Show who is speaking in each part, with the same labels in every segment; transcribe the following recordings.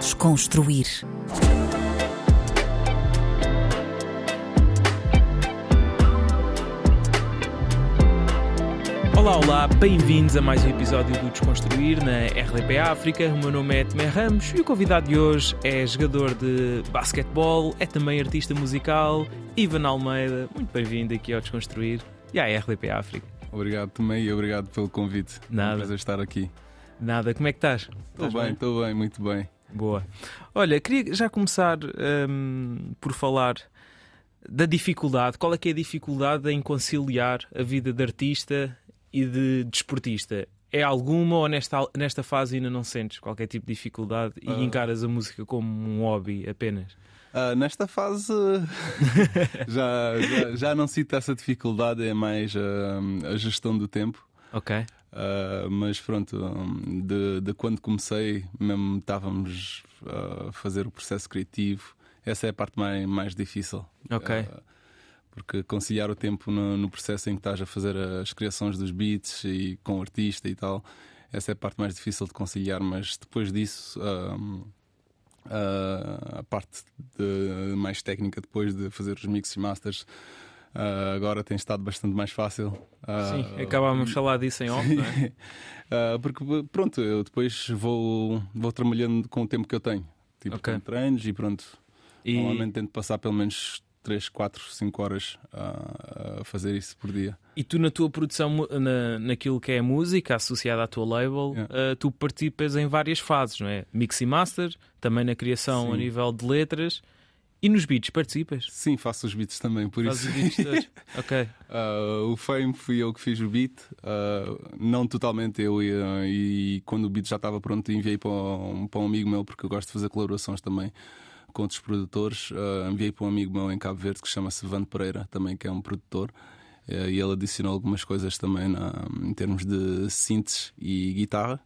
Speaker 1: Desconstruir.
Speaker 2: Olá, olá, bem-vindos a mais um episódio do Desconstruir na RDP África. O meu nome é Tomé Ramos e o convidado de hoje é jogador de basquetebol, é também artista musical, Ivan Almeida. Muito bem-vindo aqui ao Desconstruir e à RDP África.
Speaker 3: Obrigado também e obrigado pelo convite.
Speaker 2: Nada.
Speaker 3: É um prazer estar aqui.
Speaker 2: Nada, como é que estás?
Speaker 3: Estou
Speaker 2: Estás
Speaker 3: bem, estou bem, muito bem.
Speaker 2: Boa. Olha, queria já começar hum, por falar da dificuldade. Qual é que é a dificuldade em conciliar a vida de artista e de desportista? É alguma ou nesta, al- nesta fase ainda não sentes qualquer tipo de dificuldade e encaras a música como um hobby apenas?
Speaker 3: Ah, nesta fase já, já, já não sinto essa dificuldade, é mais ah, a gestão do tempo.
Speaker 2: Ok.
Speaker 3: Ah, mas pronto, hum, de, de quando comecei, mesmo estávamos ah, a fazer o processo criativo, essa é a parte mais, mais difícil.
Speaker 2: Ok.
Speaker 3: Ah, porque conciliar o tempo no, no processo em que estás a fazer as criações dos beats e com o artista e tal, essa é a parte mais difícil de conciliar, mas depois disso. hum, ah, a parte de- mais técnica depois de fazer os mix e masters ah, agora tem estado bastante mais fácil Ah,
Speaker 2: Sim, acabávamos de falar disso em off, não é?
Speaker 3: Ah, porque pronto, eu depois vou, vou trabalhando com o tempo que eu tenho. Tipo,
Speaker 2: Ok.
Speaker 3: tenho treinos e pronto.
Speaker 2: E-
Speaker 3: Normalmente tento passar pelo menos 3, 4, 5 horas ah, a fazer isso por dia.
Speaker 2: E tu, na tua produção, mu- na, naquilo que é a música associada à tua label,
Speaker 3: Yeah.
Speaker 2: eh, tu participas em várias fases, não é? Mix e master, também na criação a
Speaker 3: Sim.
Speaker 2: nível de letras e nos beats participas.
Speaker 3: Sim, faço os beats também, por
Speaker 2: Fazes
Speaker 3: isso.
Speaker 2: os beats todos. ok,
Speaker 3: Ah, o Fame fui eu que fiz o beat, ah, não totalmente eu, e, ah, e quando o beat já estava pronto, enviei para um, para um amigo meu, porque eu gosto de fazer colaborações também com outros produtores. ah, enviei para um amigo meu em Cabo Verde que chama-se Van Pereira, também que é um produtor, eh, e ele adicionou algumas coisas também na- em termos de synths e guitarra.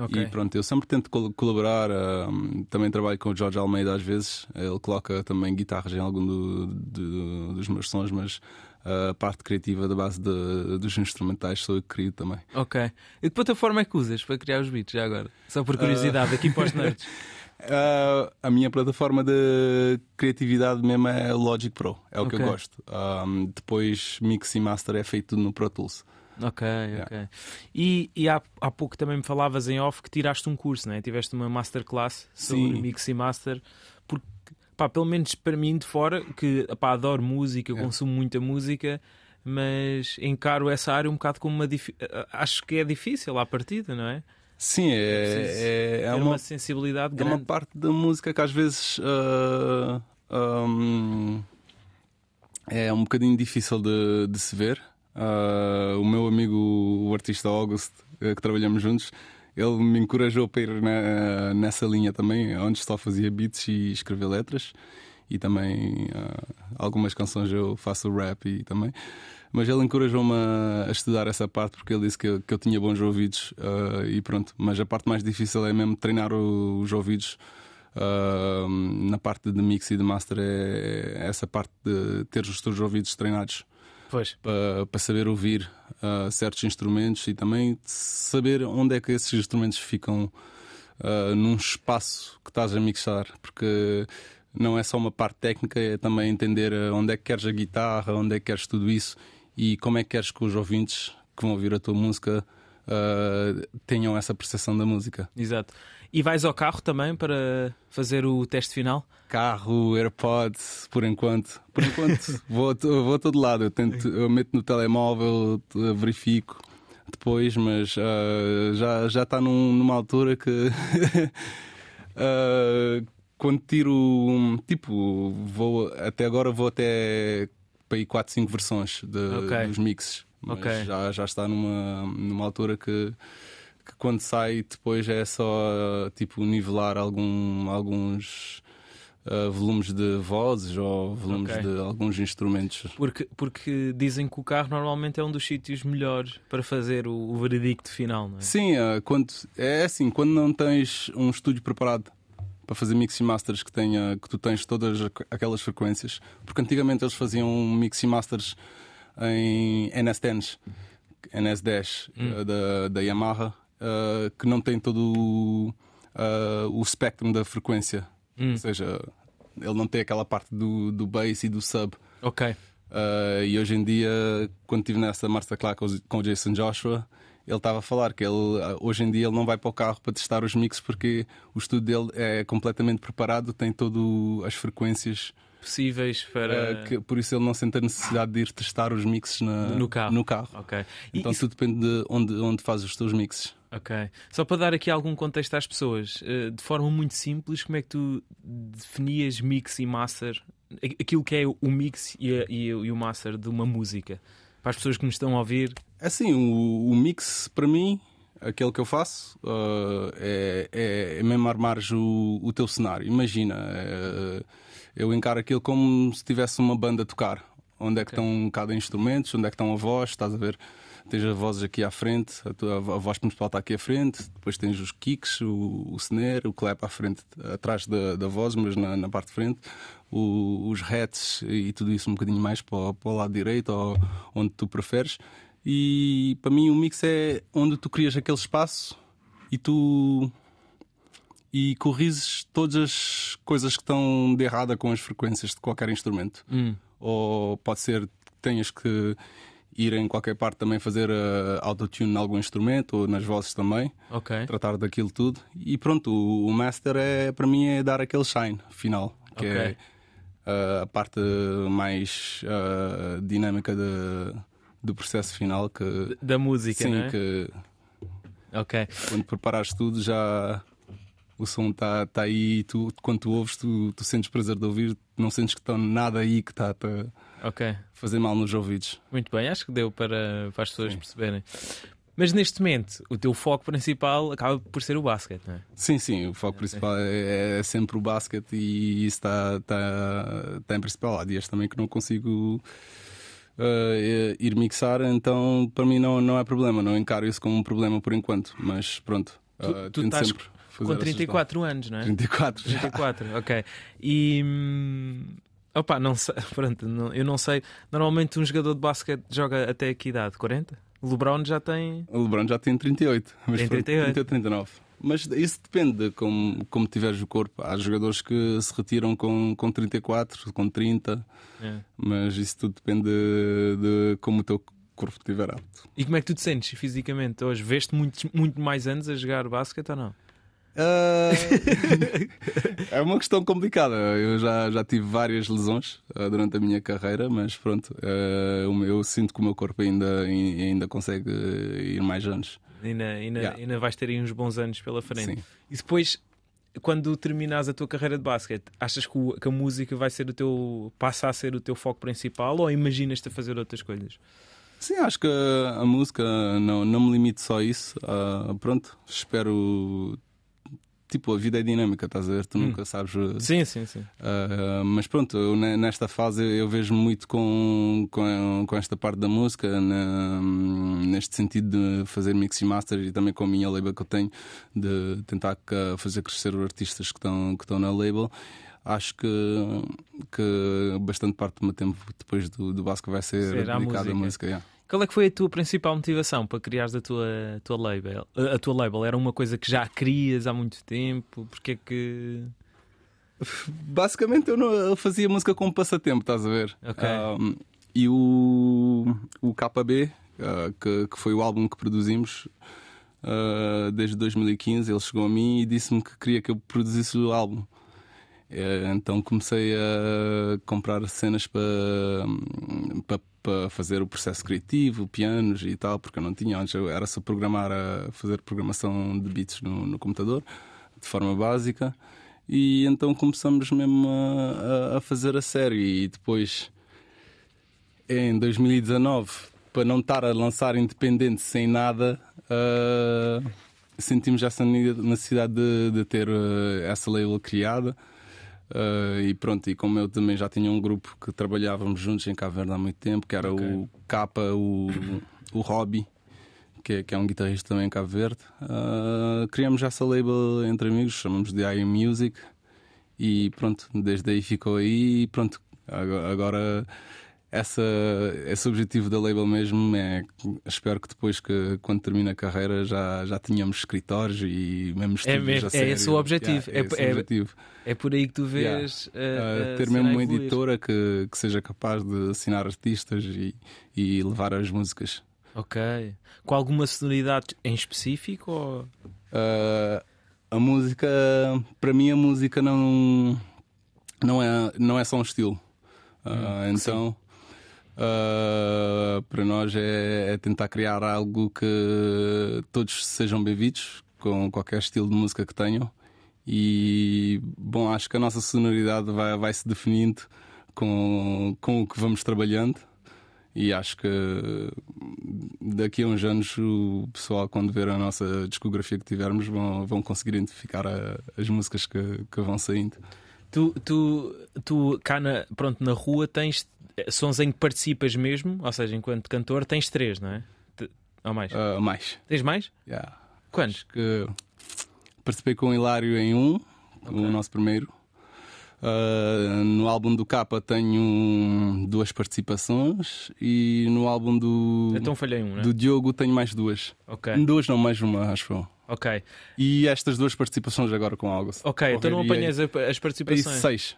Speaker 2: ok.
Speaker 3: E pronto, eu sempre tento col- colaborar. ah, também trabalho com o Jorge Almeida às vezes. Ele coloca também guitarras em algum do- do- dos meus sons, mas ah, a parte criativa da base de- dos instrumentais sou eu que crio também.
Speaker 2: Ok. E que plataforma é que usas para criar os beats já agora? Só por curiosidade, aqui para os nerds.
Speaker 3: Ah, a minha plataforma de criatividade mesmo é Logic Pro, é o que
Speaker 2: Ok.
Speaker 3: eu gosto. Ah, depois mix e master é feito tudo no Pro Tools.
Speaker 2: Ok, ok. E, e há, há pouco também me falavas em off que tiraste um curso, não é? Tiveste uma masterclass sobre
Speaker 3: Sim.
Speaker 2: mix e master, porque, pá, pelo menos para mim de fora, que pá, adoro música, eu consumo muita música, mas encaro essa área um bocado como uma. difi- ah, Acho que é difícil à partida, não é?
Speaker 3: Sim, é,
Speaker 2: preciso
Speaker 3: é- é
Speaker 2: Ter uma,
Speaker 3: uma
Speaker 2: sensibilidade
Speaker 3: É uma
Speaker 2: grande.
Speaker 3: parte da música que às vezes ah, ahm, é um bocadinho difícil de, de se ver. Ah, o meu amigo, o artista August, eh, que trabalhamos juntos, ele me encorajou para ir na- nessa linha também, onde só fazia beats e escrevia letras. E também ah, algumas canções eu faço rap e também. Mas ele encorajou-me a- a estudar essa parte porque ele disse que eu, que eu tinha bons ouvidos ah, e pronto. Mas a parte mais difícil é mesmo treinar o- os ouvidos. Ah, na parte de mix e de master é é essa parte de ter os teus ouvidos treinados
Speaker 2: Pois.
Speaker 3: para, para saber ouvir ah, certos instrumentos e também saber onde é que esses instrumentos ficam ah, num espaço que estás a mixar, porque não é só uma parte técnica, é também entender ah, onde é que queres a guitarra, onde é que queres tudo isso e como é que queres que os ouvintes que vão ouvir a tua música ah, tenham essa percepção da música.
Speaker 2: Exato. E vais ao carro também para fazer o teste final?
Speaker 3: Carro, AirPods, por enquanto. Por enquanto vou, a to- vou a todo lado. Eu, tento, eu meto no telemóvel, eh, verifico depois, mas ah, já já está num- numa altura que ah, quando tiro um- tipo, vou até agora vou até para aí 4, 5 versões de-
Speaker 2: Ok.
Speaker 3: dos mixes. Mas
Speaker 2: Ok.
Speaker 3: já, já está numa, numa altura que que quando sai depois é só tipo nivelar algum- alguns ah, volumes de vozes ou volumes
Speaker 2: Ok.
Speaker 3: de alguns instrumentos.
Speaker 2: Porque, porque dizem que o carro normalmente é um dos sítios melhores para fazer o, o veredicto final, não é?
Speaker 3: Sim, ah, quando, é assim, quando não tens um estúdio preparado para fazer mix e masters que tenha que tu tens todas aqu- aquelas frequências, porque antigamente eles faziam um mix e masters em NS10s,
Speaker 2: Hum.
Speaker 3: eh, NS10 ah, da, da Yamaha, ah, que não tem todo o- ah, o espectro da frequência.
Speaker 2: Hum.
Speaker 3: Ou seja, ele não tem aquela parte do, do bass e do sub.
Speaker 2: Ok.
Speaker 3: Ah, e hoje em dia, quando estive nessa Masterclass com, os- com o Jason Joshua, ele estava a falar que ele, ah, hoje em dia ele não vai para o carro para testar os mix porque o estúdio dele é completamente preparado, tem todas as frequências,
Speaker 2: Possíveis para.
Speaker 3: ah, que- por isso ele não sente a necessidade de ir testar os mixes na-
Speaker 2: No carro.
Speaker 3: No carro.
Speaker 2: Ok. E
Speaker 3: Então
Speaker 2: isso-
Speaker 3: tudo depende de onde, onde fazes os teus mixes.
Speaker 2: Ok. Só para dar aqui algum contexto às pessoas, eh, de forma muito simples, como é que tu definias mix e master? A- Aquilo que é o mix e, a- e o e o master de uma música. Para as pessoas que nos estão a ouvir,
Speaker 3: Assim, o, o mix para mim, aquele que eu faço, ah, é, é, é mesmo armares o, o teu cenário. Imagina, eh, eu encaro aquilo como se tivesse uma banda a tocar. Onde é que estão cada instrumentos, onde é que estão a voz, estás a ver? Tens a voz aqui à frente, a, tua, a voz principal está aqui à frente, depois tens os kicks, o, o snare, o clap à frente, atrás da, da voz, mas na, na parte de frente, o- os hats e tudo isso um bocadinho mais para, o- para o lado direito ou onde tu preferes. E para mim o mix é onde tu crias aquele espaço e tu e corriges todas as coisas que estão de errada com as frequências de qualquer instrumento. Ou pode ser que tenhas que ir em qualquer parte também fazer eh, autotune em algum instrumento ou nas vozes também,
Speaker 2: ok.
Speaker 3: tratar daquilo tudo. E pronto, o, o master é para mim é dar aquele shine final, que
Speaker 2: Ok.
Speaker 3: é eh, a parte mais eh, dinâmica de- do processo final que
Speaker 2: Da música,
Speaker 3: sim,
Speaker 2: não é?
Speaker 3: que
Speaker 2: Ok.
Speaker 3: quando preparares tudo já o som está tá aí e tu, quando tu ouves, tu, tu sentes prazer de ouvir, não sentes que está nada aí que está a te
Speaker 2: Ok.
Speaker 3: fazer mal nos ouvidos.
Speaker 2: Muito bem, acho que deu para, para as pessoas perceberem. Mas neste momento, o teu foco principal acaba por ser o basquete, não é?
Speaker 3: Sim, sim, o foco principal é, é sempre o basquete e isso está tá, tá em principal. Há dias também que não consigo eh, ir mixar, então para mim não, não é problema, não encaro isso como um problema por enquanto, mas pronto, eh,
Speaker 2: tu
Speaker 3: tento
Speaker 2: estás
Speaker 3: sempre fazer
Speaker 2: Com
Speaker 3: essa gestão.
Speaker 2: 34 anos, não é?
Speaker 3: 34 já.
Speaker 2: 34, ok. E. hum, Opa, não sei, pronto, não- eu não sei. Normalmente um jogador de basquete joga até que idade? 40? O LeBron já tem.
Speaker 3: O LeBron já tem 38, mas
Speaker 2: Tem
Speaker 3: foi
Speaker 2: 38.
Speaker 3: 30 ou 39. Mas isso depende de como, como tiveres o corpo. Há jogadores que se retiram com, com 34, com 30,
Speaker 2: É.
Speaker 3: mas isso tudo depende de, de como o teu corpo estiver apto.
Speaker 2: E como é que tu te sentes fisicamente hoje? Veste muito, muito mais anos a jogar basquete ou não?
Speaker 3: é uma questão complicada. Eu já, já tive várias lesões ah, durante a minha carreira, mas pronto, ah, o meu- eu sinto que o meu corpo ainda, ainda consegue ir mais anos.
Speaker 2: Ainda, ainda,
Speaker 3: Yeah.
Speaker 2: ainda vais ter aí uns bons anos pela frente.
Speaker 3: Sim.
Speaker 2: E depois, quando terminares a tua carreira de basquete, achas que, o- que a música vai ser o teu. passa a ser o teu foco principal ou imaginas-te a fazer outras coisas?
Speaker 3: Sim, acho que a música não, não me limite só a isso. Ah, pronto, espero. Tipo, a vida é dinâmica, estás a ver? Tu nunca sabes. ah,
Speaker 2: Sim, sim, sim.
Speaker 3: ah, mas pronto, eu ne- nesta fase eu vejo muito com, com, com esta parte da música, na- neste sentido de fazer mix e master e também com a minha label que eu tenho, de tentar ca- fazer crescer os artistas que estão, que estão na label. Acho que, que bastante parte do meu tempo depois do, do basco vai ser
Speaker 2: Será a
Speaker 3: dedicado
Speaker 2: música.
Speaker 3: à música. yeah.
Speaker 2: Qual é que foi a tua principal motivação para criares a tua, a tua label? A tua label era uma coisa que já querias há muito tempo? Porque é que.
Speaker 3: basicamente eu, não, eu fazia música como passatempo, estás a ver?
Speaker 2: Ok.
Speaker 3: Um, e o, o KB, uh, que, que foi o álbum que produzimos uh, desde 2015, ele chegou a mim e disse-me que queria que eu produzisse o álbum. Eh, Então comecei a comprar cenas para para- para fazer o processo criativo, pianos e tal, porque eu não tinha antes, eu era só programar, a fazer programação de beats no, no computador, de forma básica. E então começamos mesmo a, a- a fazer a série. E depois, em 2019, para não estar a lançar independente sem nada, ah, sentimos essa ne- necessidade de, de ter ah, essa label criada. Ah, e pronto, e como eu também já tinha um grupo que trabalhávamos juntos em Cabo Verde há muito tempo, que era o Capa, o, o Hobby, que é, que é um guitarrista também em Cabo Verde, ah, criamos essa label entre amigos, chamamos de IM Music, e pronto, desde aí ficou aí e pronto, ago- agora essa, esse objetivo da label mesmo é espero que depois que quando termine a carreira já, já tenhamos escritórios e mesmo
Speaker 2: É,
Speaker 3: estúdios
Speaker 2: mesmo,
Speaker 3: a
Speaker 2: é
Speaker 3: sério.
Speaker 2: esse o objetivo.
Speaker 3: Yeah, é, esse
Speaker 2: é,
Speaker 3: o objetivo.
Speaker 2: é por aí que tu vês. eh,
Speaker 3: Uh,
Speaker 2: a- a
Speaker 3: ter
Speaker 2: cena
Speaker 3: mesmo
Speaker 2: a
Speaker 3: uma
Speaker 2: evoluir.
Speaker 3: editora que, que seja capaz de assinar artistas e, e levar as músicas.
Speaker 2: Ok. Com alguma sonoridade em específico? Ou...
Speaker 3: Uh, a música, para mim, a música não, não, é, não é só um estilo. Uh, então, uh, para nós é, é tentar criar algo que todos sejam bem-vindos, com qualquer estilo de música que tenham. E, bom, acho que a nossa sonoridade vai, vai se definindo com, com o que vamos trabalhando. E acho que daqui a uns anos o pessoal, quando ver a nossa discografia que tivermos, vão, vão conseguir identificar a- as músicas que, que vão saindo.
Speaker 2: Tu, tu, tu cá na, pronto, na rua tens eh, sons em que participas mesmo, ou seja, enquanto cantor, tens três, não é? Te- Ou mais?
Speaker 3: Ah, mais.
Speaker 2: Tens mais?
Speaker 3: Yeah.
Speaker 2: Quantos?
Speaker 3: Que participei com o Hilário em um, o nosso primeiro. Ah, no álbum do Capa tenho duas participações e no álbum do,
Speaker 2: Então falhei um, não é?
Speaker 3: do Diogo tenho mais duas.
Speaker 2: Ok,
Speaker 3: Duas, não mais uma, acho. eu.
Speaker 2: ok.
Speaker 3: E estas duas participações agora com o August.
Speaker 2: Ok, então não
Speaker 3: Correria.
Speaker 2: apanhas a- as
Speaker 3: E
Speaker 2: participações.
Speaker 3: seis.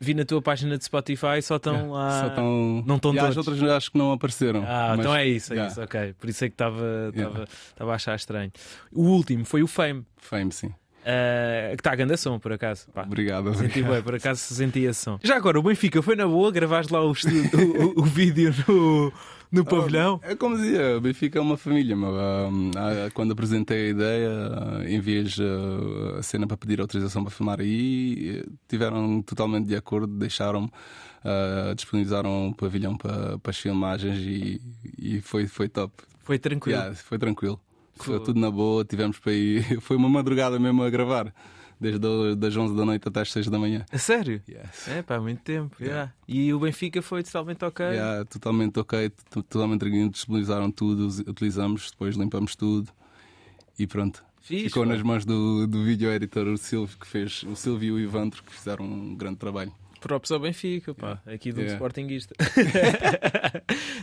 Speaker 2: Vi na tua página de Spotify, só estão lá.
Speaker 3: Só tão...
Speaker 2: não tão
Speaker 3: e as
Speaker 2: todos.
Speaker 3: outras acho que não apareceram.
Speaker 2: Ah,
Speaker 3: mas-
Speaker 2: então é isso, é
Speaker 3: Yeah,
Speaker 2: isso, ok. Por isso é que estava
Speaker 3: Yeah.
Speaker 2: estava- estava a achar estranho. O último foi o Fame,
Speaker 3: Fame, sim.
Speaker 2: eh, que está a grande som, por acaso. Pá,
Speaker 3: Obrigado.
Speaker 2: Senti
Speaker 3: obrigado.
Speaker 2: bem, por acaso senti a som. Já agora, o Benfica foi na boa, gravaste lá o, estudo- o- o- o vídeo no, no pavilhão.
Speaker 3: É como dizia, o Benfica é uma família. Mas, ah, ah, quando apresentei a ideia, ah, em vez ah, a cena para pedir autorização para filmar aí, eh, tiveram totalmente de acordo, deixaram-me, ah, disponibilizaram um pavilhão para, para as filmagens e, e foi, foi top.
Speaker 2: Foi tranquilo.
Speaker 3: Yeah, foi tranquilo. Foi
Speaker 2: Cool.
Speaker 3: tudo na boa, tivemos para ir. Foi uma madrugada mesmo a gravar, desde o- das 11 da noite até às 6 da manhã.
Speaker 2: A sério?
Speaker 3: Yes.
Speaker 2: É, pá, há muito tempo. yeah. E o Benfica foi totalmente ok.
Speaker 3: Yeah, totalmente ok, to- totalmente tranquilo, disponibilizaram tudo, us- utilizamos, depois limpamos tudo e pronto.
Speaker 2: Fixe,
Speaker 3: Ficou
Speaker 2: pá.
Speaker 3: nas mãos do, do vídeo editor o Silvio que fez, o Silvio e o Ivandro que fizeram um grande trabalho.
Speaker 2: Props ao Benfica, pá, aqui do
Speaker 3: Yeah.
Speaker 2: Sportingista.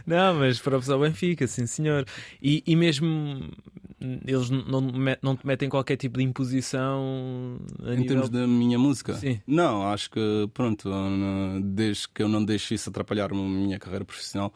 Speaker 2: não, mas props ao Benfica, sim senhor. E, e mesmo hum, eles n- não, me- não te metem qualquer tipo de imposição a
Speaker 3: Em
Speaker 2: nível-
Speaker 3: termos da minha música?
Speaker 2: Sim.
Speaker 3: Não, acho que pronto, eh, desde que eu não deixo isso atrapalhar a minha carreira profissional,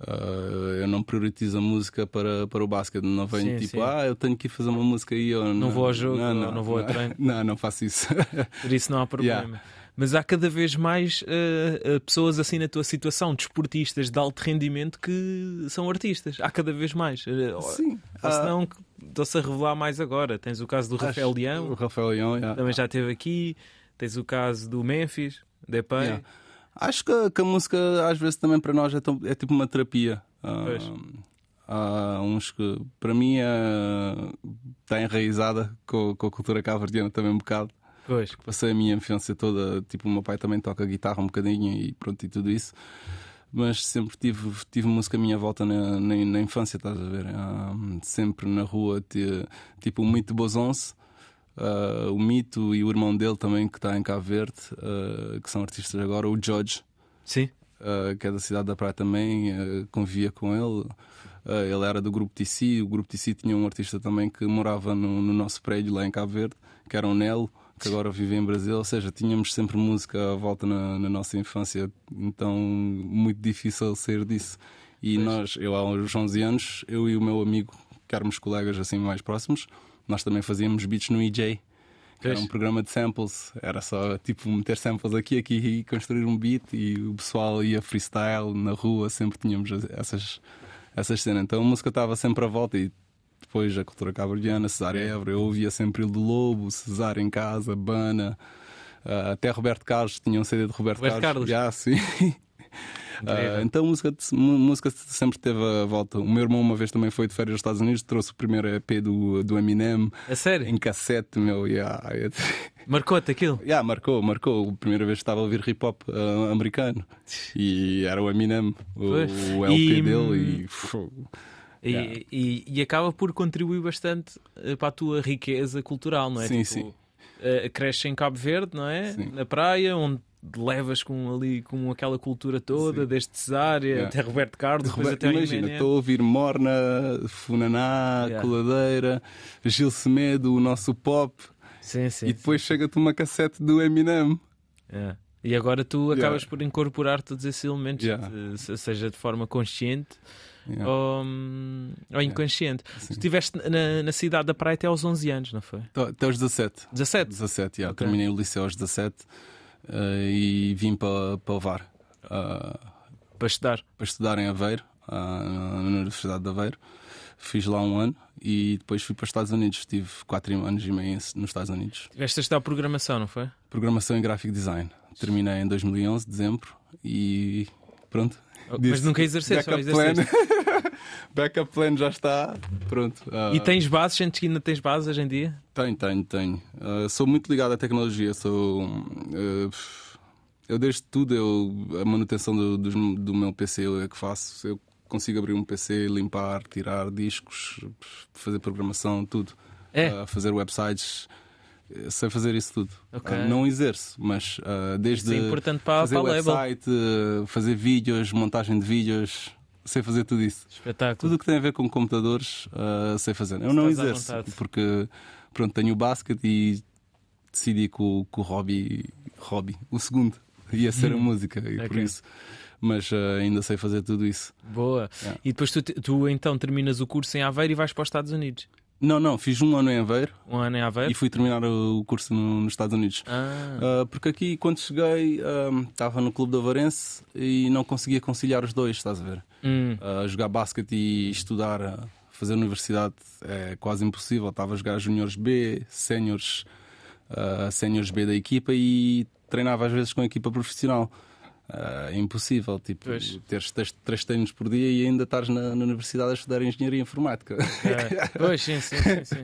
Speaker 3: eh, eu não prioritizo a música para, para o basquete. Não venho
Speaker 2: Sim,
Speaker 3: tipo,
Speaker 2: sim.
Speaker 3: ah, eu tenho que ir fazer uma música aí. Ou, não,
Speaker 2: vou ao jogo, ou não vou ao treino.
Speaker 3: Não, não faço isso.
Speaker 2: Por isso não há problema.
Speaker 3: Yeah.
Speaker 2: Mas há cada vez mais ah, ah, pessoas assim na tua situação, desportistas de alto rendimento, que são artistas. Há cada vez mais. Ah,
Speaker 3: Sim.
Speaker 2: ou senão que- estou-se a revelar mais agora. Tens o caso do Rafael Leão,
Speaker 3: O Rafael Leão, yeah.
Speaker 2: também já esteve aqui. Tens o caso do Memphis, Depay.
Speaker 3: Yeah. Acho que, que a música às vezes também para nós é, tão- é tipo uma terapia. Ah,
Speaker 2: Pois.
Speaker 3: há uns que para mim é- está enraizada com, com a cultura cabo-verdiana também um bocado.
Speaker 2: Pois.
Speaker 3: Passei a minha infância toda, tipo, o meu pai também toca guitarra um bocadinho e pronto, e tudo isso. Mas sempre tive, tive música à minha volta na, na, na infância, estás a ver? Ah, sempre na rua, ti- tipo o Mito Bozonce, ah, o Mito e o irmão dele também, que está em Cabo Verde, ah, que são artistas agora, o George,
Speaker 2: Sim.
Speaker 3: ah, que é da cidade da Praia também, ah, convivia com ele. Ah, ele era do grupo TC, o grupo TC tinha um artista também que morava no, no nosso prédio lá em Cabo Verde, que era o Nelo, que agora vive em Brasil. Ou seja, tínhamos sempre música à volta na, na nossa infância, então muito difícil sair disso. E nós, eu há uns 11 anos, eu e o meu amigo, que éramos colegas assim mais próximos, nós também fazíamos beats no EJ. que Era
Speaker 2: Pois.
Speaker 3: um programa de samples, era só tipo meter samples aqui, aqui e construir um beat. E o pessoal ia freestyle na rua, sempre tínhamos essas, essas cenas. Então a música estava sempre à volta e depois a cultura cabo-verdiana, Cesar Évora, eu ouvia sempre Ildo Lobo, Cesar em casa, Bana, ah, até Roberto Carlos, tinha um CD de Roberto,
Speaker 2: Roberto Carlos.
Speaker 3: Já, sim.
Speaker 2: Incrível.
Speaker 3: Ah, então a música, de- mu- música sempre teve a volta. O meu irmão uma vez também foi de férias aos Estados Unidos, trouxe o primeiro EP do, do Eminem
Speaker 2: A sério?
Speaker 3: em cassete, meu, ah, yeah, eu-
Speaker 2: Marcou-te aquilo?
Speaker 3: Yeah, marcou, marcou. A primeira vez que estava a ouvir hip hop ah, americano. E era o Eminem, o,
Speaker 2: Pois.
Speaker 3: o LP
Speaker 2: E, hum,
Speaker 3: dele. E,
Speaker 2: E, e- e acaba por contribuir bastante eh, para a tua riqueza cultural, não é?
Speaker 3: Sim, sim.
Speaker 2: eh, cresce em Cabo Verde, não é?
Speaker 3: Sim.
Speaker 2: Na praia, onde levas com ali com aquela cultura toda,
Speaker 3: Sim.
Speaker 2: desde Cesária
Speaker 3: Yeah.
Speaker 2: até Roberto Carlos, depois
Speaker 3: Roberto,
Speaker 2: até
Speaker 3: imagina,
Speaker 2: Jiménez.
Speaker 3: estou a ouvir Morna, Funaná,
Speaker 2: Yeah.
Speaker 3: Coladeira, Gil Semedo, o nosso pop,
Speaker 2: Sim, sim.
Speaker 3: e depois chega-te uma cassete do Eminem.
Speaker 2: É. E agora tu
Speaker 3: Yeah.
Speaker 2: acabas por incorporar todos esses elementos,
Speaker 3: Yeah.
Speaker 2: de- se- seja de forma consciente
Speaker 3: Yeah.
Speaker 2: ou, hum, ou inconsciente. Tu estiveste na, na cidade da praia até aos 11 anos, não foi?
Speaker 3: Tá- Até aos 17.
Speaker 2: 17.
Speaker 3: 17, yeah.
Speaker 2: Ok.
Speaker 3: terminei o liceu aos 17 eh, e vim para para o VAR ah,
Speaker 2: Para estudar.
Speaker 3: para estudar em Aveiro, ah, na Universidade de Aveiro. Fiz lá um ano e depois fui para os Estados Unidos. Estive 4 anos e meio nos Estados Unidos.
Speaker 2: Tiveste a estudar programação, não foi?
Speaker 3: Programação e Graphic Design. Terminei em 2011, dezembro, e pronto.
Speaker 2: Ah, Mas nunca exerceste, é só
Speaker 3: Backup
Speaker 2: exerceste.
Speaker 3: plan. Backup plan já está. Pronto. ah,
Speaker 2: E tens bases, sentes que ainda tens bases hoje em dia?
Speaker 3: Tenho, tenho, tenho. Ah, sou muito ligado à tecnologia. Sou. ah, pff, eu desde tudo, eu, a manutenção do, dos- do meu PC eu é que faço. Eu consigo abrir um PC, limpar, tirar discos, pff, fazer programação, tudo.
Speaker 2: É.
Speaker 3: Ah, fazer websites. Eu sei fazer isso tudo.
Speaker 2: Ok.
Speaker 3: Ah, não exerço, mas ah,
Speaker 2: Isso
Speaker 3: desde
Speaker 2: é importante para,
Speaker 3: fazer
Speaker 2: para a label.
Speaker 3: website, ah, fazer vídeos, montagem de vídeos, sei fazer tudo isso.
Speaker 2: Espetáculo.
Speaker 3: Tudo o que tem a ver com computadores ah, sei fazer. Eu não
Speaker 2: Estás à
Speaker 3: exerço,
Speaker 2: vontade.
Speaker 3: porque pronto, tenho o basquete e decidi que o, que o hobby, hobby, o segundo, ia ser a música, e por
Speaker 2: Uhum. Ok.
Speaker 3: isso. Mas ah, ainda sei fazer tudo isso.
Speaker 2: Boa.
Speaker 3: Yeah.
Speaker 2: E depois tu, te- tu então terminas o curso em Aveiro e vais para os Estados Unidos.
Speaker 3: Não, não, fiz um ano em Aveiro
Speaker 2: Um ano em
Speaker 3: e
Speaker 2: Aveiro.
Speaker 3: fui terminar o curso no- nos Estados Unidos.
Speaker 2: Ah,
Speaker 3: Ah, porque aqui, quando cheguei, ah, estava no Clube da Varense e não conseguia conciliar os dois, estás a ver?
Speaker 2: hum.
Speaker 3: Uh, jogar basquete e estudar, uh, fazer universidade é quase impossível. Estava a jogar juniores B, séniores, uh, séniores B da equipa e treinava às vezes com a equipa profissional. Uh, é impossível, tipo,
Speaker 2: Pois.
Speaker 3: teres três, três treinos por dia e ainda estás na, na universidade a estudar engenharia informática.
Speaker 2: É. Pois, sim, sim, sim, sim.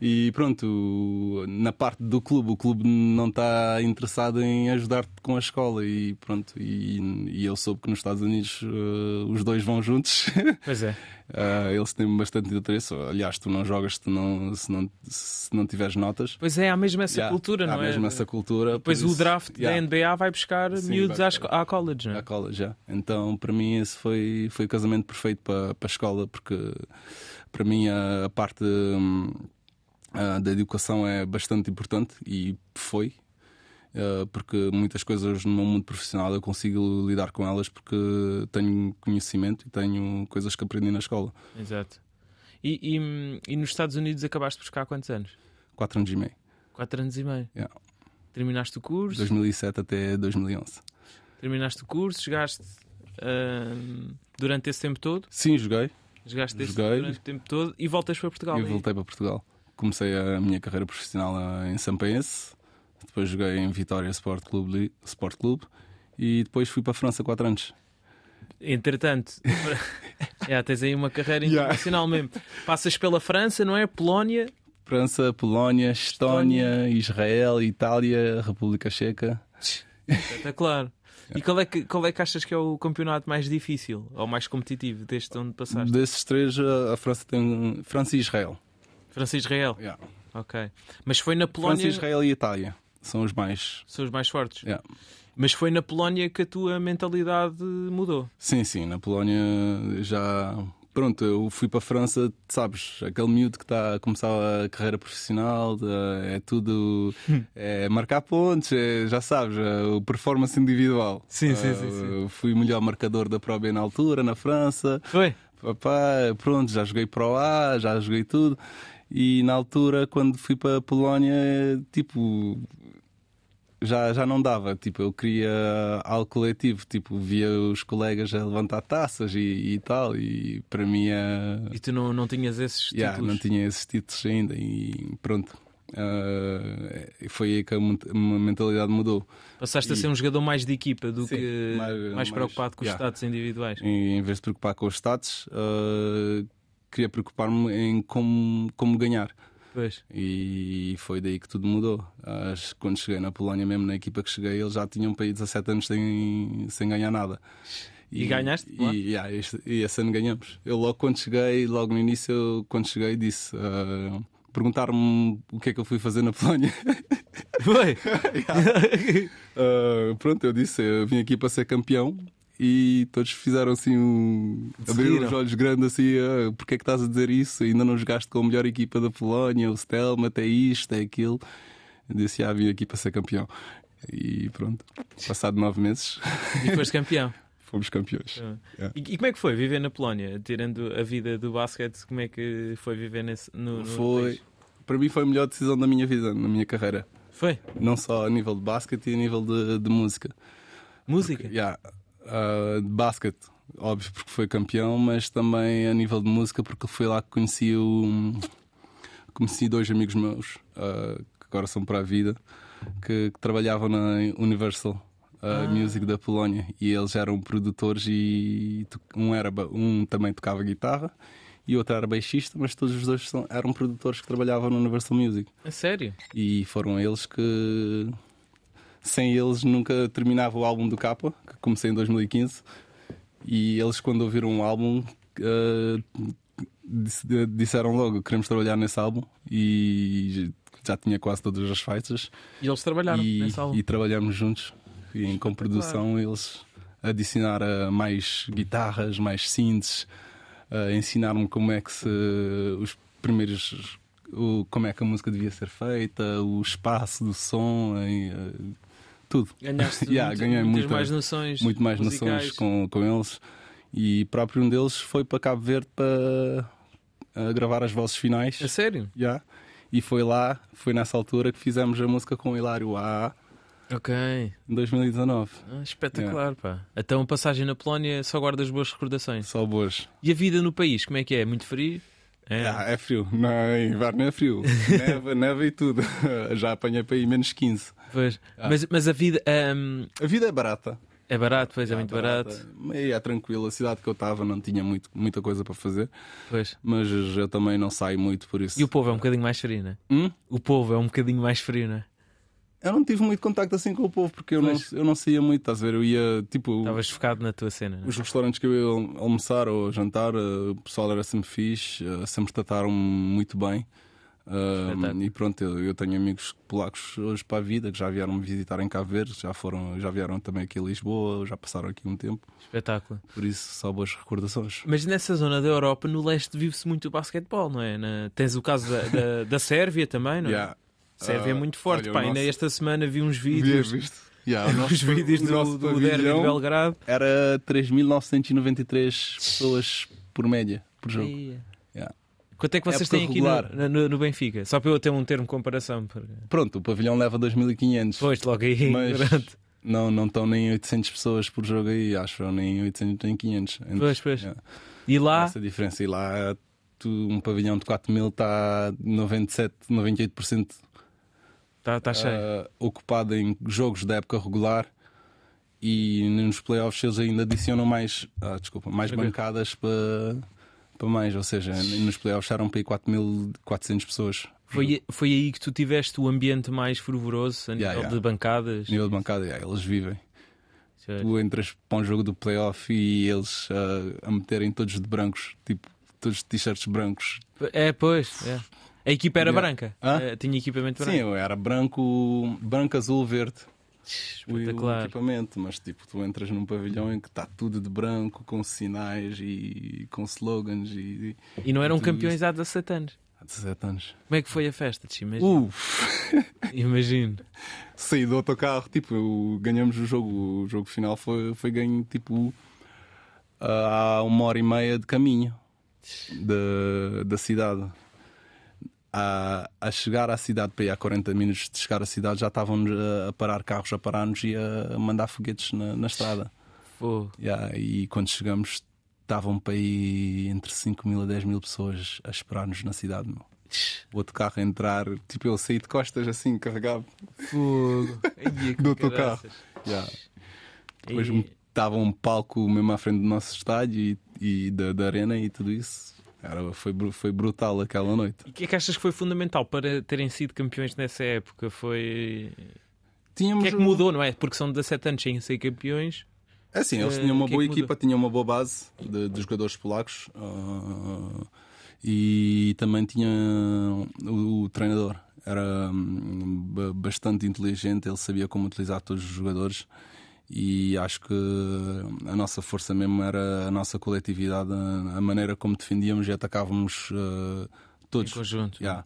Speaker 3: E pronto, na parte do clube, o clube não está interessado em ajudar-te com a escola. E pronto, e, e eu soube que nos Estados Unidos uh, os dois vão juntos.
Speaker 2: Pois é.
Speaker 3: Ah, eles têm bastante interesse. Aliás, tu não jogas se não, se não, se não tiveres notas.
Speaker 2: Pois é, há mesmo essa
Speaker 3: Yeah,
Speaker 2: cultura,
Speaker 3: há
Speaker 2: não é?
Speaker 3: mesmo essa cultura.
Speaker 2: Depois
Speaker 3: por
Speaker 2: o
Speaker 3: isso-
Speaker 2: draft
Speaker 3: yeah,
Speaker 2: da NBA vai buscar
Speaker 3: Sim,
Speaker 2: miúdos
Speaker 3: vai
Speaker 2: às- à, college, não
Speaker 3: à
Speaker 2: é?
Speaker 3: college, yeah. Então, para mim, esse foi, foi o casamento perfeito para, para a escola, porque para mim a, a parte hum, ah, da educação é bastante importante e foi. ah, porque muitas coisas no meu mundo profissional eu consigo lidar com elas porque tenho conhecimento e tenho coisas que aprendi na escola.
Speaker 2: Exato. E, e- e nos Estados Unidos acabaste por ficar há quantos anos?
Speaker 3: Quatro anos e meio.
Speaker 2: Quatro anos e meio.
Speaker 3: Yeah.
Speaker 2: Terminaste o curso,
Speaker 3: 2007 até 2011.
Speaker 2: terminaste o curso, jogaste ahm, durante esse tempo todo,
Speaker 3: Sim, joguei
Speaker 2: jogaste esse-
Speaker 3: Joguei.
Speaker 2: durante o tempo todo e voltas para Portugal. é
Speaker 3: e
Speaker 2: aí.
Speaker 3: voltei para Portugal. Comecei a minha carreira profissional eh, em Sampaense, depois joguei em Vitória Sport Clube, Li- Sport Clube e depois fui para a França 4 anos.
Speaker 2: Entretanto, yeah, tens aí uma carreira
Speaker 3: Yeah.
Speaker 2: internacional mesmo. Passas pela França, não é? Polónia,
Speaker 3: França, Polónia, Estónia, Israel, Itália, República Checa.
Speaker 2: espetacular. E qual é, que, qual é que achas que é o campeonato mais difícil ou mais competitivo deste onde passaste?
Speaker 3: Desses três, eh, a França tem França e Israel.
Speaker 2: França e Israel,
Speaker 3: Yeah.
Speaker 2: ok. Mas foi na
Speaker 3: França,
Speaker 2: Polónia.
Speaker 3: Israel e Itália são os mais.
Speaker 2: São os mais fortes.
Speaker 3: Yeah.
Speaker 2: Mas foi na Polónia que a tua mentalidade mudou.
Speaker 3: Sim, sim, na Polónia já. Pronto, eu fui para a França, sabes, aquele miúdo que está a começar a carreira profissional, eh, é tudo. é marcar pontos, é, já sabes, é o performance individual.
Speaker 2: Sim, sim,
Speaker 3: Ah,
Speaker 2: sim, sim.
Speaker 3: eu Fui melhor marcador da Pro B na altura, na França.
Speaker 2: Foi?
Speaker 3: Papá, pronto, já joguei Pro A, já joguei tudo. E na altura, quando fui para a Polónia, tipo, já, já não dava. Tipo, eu queria algo coletivo. Tipo, via os colegas a levantar taças e, e tal. E para mim, eh,
Speaker 2: E tu não, não tinhas esses
Speaker 3: yeah,
Speaker 2: títulos?
Speaker 3: não tinha esses títulos ainda. E pronto. Ah, foi aí que a mon- minha mentalidade mudou.
Speaker 2: Passaste a ser um jogador mais de equipa do
Speaker 3: Sim,
Speaker 2: que mais,
Speaker 3: mais- mais-
Speaker 2: preocupado com os
Speaker 3: yeah.
Speaker 2: status individuais.
Speaker 3: Em, em vez de preocupar com os status, ah, queria preocupar-me em como, como ganhar.
Speaker 2: Pois.
Speaker 3: E foi daí que tudo mudou. Acho que quando cheguei na Polónia, mesmo na equipa que cheguei, eles já tinham para aí 17 anos sem, sem ganhar nada.
Speaker 2: E ganhaste lá?
Speaker 3: E, yeah, este- e esse ano ganhamos. Eu logo quando cheguei, logo no início, eu, quando cheguei, disse: ah, perguntaram-me o que é que eu fui fazer na Polónia.
Speaker 2: Foi.
Speaker 3: Ah, pronto, eu disse, eu vim aqui para ser campeão e todos fizeram assim um. abriram os olhos grandes assim, ah, porque é que estás a dizer isso? Ainda não jogaste com a melhor equipa da Polónia, o Stelma, até isto, é aquilo. Eu disse, ah, vim aqui para ser campeão. E pronto, passado nove meses,
Speaker 2: E foste campeão.
Speaker 3: fomos campeões.
Speaker 2: E, e como é que foi viver na Polónia? Tirando a vida do basquete, como é que foi viver nesse, no, no
Speaker 3: Foi.
Speaker 2: país?
Speaker 3: Para mim foi a melhor decisão da minha vida, na minha carreira.
Speaker 2: Foi.
Speaker 3: Não só a nível de basquete e a nível de, de música.
Speaker 2: Música.
Speaker 3: Yeah. Uh, de basquete, óbvio, porque foi campeão, mas também a nível de música, porque foi lá que conheci, o, conheci dois amigos meus, uh, que agora são para a vida, que, que trabalhavam na Universal uh, Music da Polónia. E eles eram produtores e to- um, era, ba- um também tocava guitarra e outro era baixista, mas todos os dois são- eram produtores que trabalhavam na Universal Music.
Speaker 2: A sério?
Speaker 3: E foram eles que. Sem eles nunca terminava o álbum do Capa, que comecei em 2015. E eles, quando ouviram o álbum, eh, dis- eh, disseram logo: queremos trabalhar nesse álbum. E já tinha quase todas as faixas.
Speaker 2: E eles trabalharam
Speaker 3: E,
Speaker 2: nessa aula.
Speaker 3: e trabalhamos juntos. E em comprodução, eles adicionaram mais guitarras, mais synths, eh, ensinaram-me como é que se os primeiros. O, como é que a música devia ser feita, o espaço do som, em, eh, tudo.
Speaker 2: Ganhaste
Speaker 3: Yeah,
Speaker 2: muito,
Speaker 3: ganhei
Speaker 2: muitas
Speaker 3: muita-
Speaker 2: mais noções.
Speaker 3: Muito mais
Speaker 2: musicais.
Speaker 3: noções com, com eles. E próprio um deles foi para Cabo Verde para eh, gravar as vozes finais.
Speaker 2: A sério?
Speaker 3: Yeah. E foi lá, foi nessa altura que fizemos a música com o Hilário A
Speaker 2: Ok.
Speaker 3: em 2019.
Speaker 2: Ah, espetacular, pá. Então a passagem na Polónia só guarda as boas recordações.
Speaker 3: Só boas.
Speaker 2: E a vida no país, como é que é? Muito frio? É.
Speaker 3: Ah, é frio. Não, em inverno é frio. Neva, neva e tudo. Já apanhei para aí menos 15.
Speaker 2: Pois.
Speaker 3: Ah.
Speaker 2: Mas, mas a vida ahm,
Speaker 3: A vida é barata.
Speaker 2: é barato, pois, é,
Speaker 3: Ah,
Speaker 2: muito barato.
Speaker 3: E é tranquilo. A cidade que eu estava não tinha muito, muita coisa para fazer.
Speaker 2: Pois.
Speaker 3: Mas eu também não saio muito por isso.
Speaker 2: E o povo é um bocadinho mais frio, né?
Speaker 3: Hum?
Speaker 2: O povo é um bocadinho mais frio, né?
Speaker 3: Eu não tive muito contacto assim com o povo porque eu, não,
Speaker 2: Pois.
Speaker 3: eu não saía muito. Estás a ver? Eu ia tipo.
Speaker 2: Estavas focado na tua cena, né?
Speaker 3: Os restaurantes que eu ia al- almoçar ou jantar, eh, o pessoal era sempre fixe, eh, sempre trataram muito bem. Ah,
Speaker 2: Espetáculo.
Speaker 3: e pronto, eu, eu tenho amigos polacos hoje para a vida que já vieram me visitar em Cabo Verde, já, foram, já vieram também aqui a Lisboa, já passaram aqui um tempo,
Speaker 2: Espetáculo.
Speaker 3: por isso só boas recordações.
Speaker 2: Mas nessa zona da Europa, no leste, vive-se muito o basquetebol, não é? Na- Tens o caso da, da, da Sérvia também, não é?
Speaker 3: Yeah.
Speaker 2: Sérvia é
Speaker 3: Ah,
Speaker 2: muito forte.
Speaker 3: olha, o
Speaker 2: Pá, ainda
Speaker 3: nosso-
Speaker 2: esta semana vi uns
Speaker 3: Via,
Speaker 2: vídeos,
Speaker 3: viste? Yeah, o
Speaker 2: os
Speaker 3: nosso-
Speaker 2: vídeos
Speaker 3: o nosso
Speaker 2: do, do derby de
Speaker 3: pavilhão
Speaker 2: Belgrado.
Speaker 3: Era 3.993 pessoas por média, por jogo.
Speaker 2: Ia.
Speaker 3: Yeah.
Speaker 2: Quanto é que vocês
Speaker 3: Época
Speaker 2: têm aqui
Speaker 3: regular.
Speaker 2: no, no- no Benfica? Só para eu ter um termo de comparação. porque-
Speaker 3: Pronto, o pavilhão leva 2.500.
Speaker 2: Pois, logo aí.
Speaker 3: Mas
Speaker 2: pronto.
Speaker 3: não não estão nem 800 pessoas por jogo aí, acho eu, nem 800 nem 500. Entre-
Speaker 2: Pois, pois. Ah.
Speaker 3: Yeah.
Speaker 2: E lá,
Speaker 3: Essa diferença. E lá, tu, um pavilhão de 4 mil está 97, 98%
Speaker 2: está tá cheio.
Speaker 3: ah, ocupado em jogos da época regular. E nos playoffs eles ainda adicionam mais, ah, desculpa, mais
Speaker 2: Tranquilo.
Speaker 3: bancadas para, para mais. Ou seja, nos playoffs eram para aí 4.400 pessoas.
Speaker 2: Foi, foi aí que tu tiveste o ambiente mais fervoroso a nível
Speaker 3: Yeah, yeah.
Speaker 2: de bancadas.
Speaker 3: A nível de bancada, yeah, eles vivem.
Speaker 2: Pois.
Speaker 3: tu entras para um jogo do playoff e eles ah, a meterem todos de brancos, tipo, todos de t-shirts brancos.
Speaker 2: É, pois. é. A equipa era
Speaker 3: Yeah.
Speaker 2: branca.
Speaker 3: Hã?
Speaker 2: Eh, Tinha equipamento
Speaker 3: Sim,
Speaker 2: branco.
Speaker 3: eu era branco, branco, azul, verde. O, o
Speaker 2: Espetacular.
Speaker 3: equipamento, mas tipo, tu entras num pavilhão em que está tudo de branco, com sinais e com slogans e. e-
Speaker 2: E não eram
Speaker 3: Tudo
Speaker 2: campeões há 17 anos.
Speaker 3: Há 17 anos.
Speaker 2: Como é que foi a festa? Tch?
Speaker 3: Uh.
Speaker 2: Imagino.
Speaker 3: Uf!
Speaker 2: Imagino.
Speaker 3: Saí do autocarro, tipo, eu- ganhamos o jogo. O jogo final foi, foi ganho, tipo, ah, há uma hora e meia de caminho da, da cidade. A, a chegar à cidade, para ir há 40 minutos de chegar à cidade, já estavam a, a parar carros, a parar-nos e a mandar foguetes na, na estrada.
Speaker 2: Fogo.
Speaker 3: Yeah, e quando chegamos, estavam para aí entre 5 mil a 10 mil pessoas a esperar-nos na cidade. Meu. O outro carro a entrar, tipo, eu saí de costas assim, carregado.
Speaker 2: Fogo. Ai, que
Speaker 3: Do teu
Speaker 2: caraças.
Speaker 3: Yeah. Depois
Speaker 2: E-
Speaker 3: estava um palco mesmo à frente do nosso estádio e, e da, da arena e tudo isso. Era, foi, bru- foi brutal aquela noite.
Speaker 2: E o que é que achas que foi fundamental para terem sido campeões nessa época? Foi. O
Speaker 3: Tínhamos
Speaker 2: que é que mudou, não é? Porque são 17 anos sem ser campeões.
Speaker 3: Assim, eles
Speaker 2: Eh,
Speaker 3: tinham
Speaker 2: o
Speaker 3: uma
Speaker 2: que é
Speaker 3: boa
Speaker 2: que
Speaker 3: equipa, tinham uma boa base de, de jogadores polacos ah, e também tinha o, o treinador. era hum, ba- bastante inteligente, ele sabia como utilizar todos os jogadores e acho que a nossa força mesmo era a nossa coletividade, a a maneira como defendíamos e atacávamos eh,
Speaker 2: em
Speaker 3: todos.
Speaker 2: conjunto.
Speaker 3: Yeah.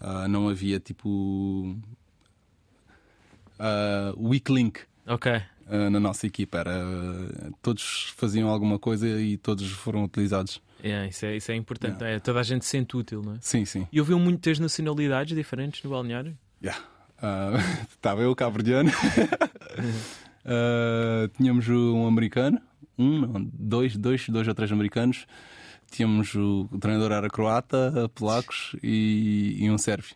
Speaker 3: Ah, não havia tipo ah, weak link
Speaker 2: Ok.
Speaker 3: ah, na nossa equipa. Era, ah, todos faziam alguma coisa e todos foram utilizados.
Speaker 2: Yeah, isso, é, isso é importante.
Speaker 3: Yeah.
Speaker 2: não é? Toda a gente se sente útil, não é?
Speaker 3: Sim, sim.
Speaker 2: E ouviu muitas nacionalidades diferentes no balneário?
Speaker 3: Yeah. Ah, Estava eu, cabo-verdiano. Ah, tínhamos um americano, um, não, dois, dois, dois ou três americanos. Tínhamos o, o treinador era croata, polacos e, e um sérvio.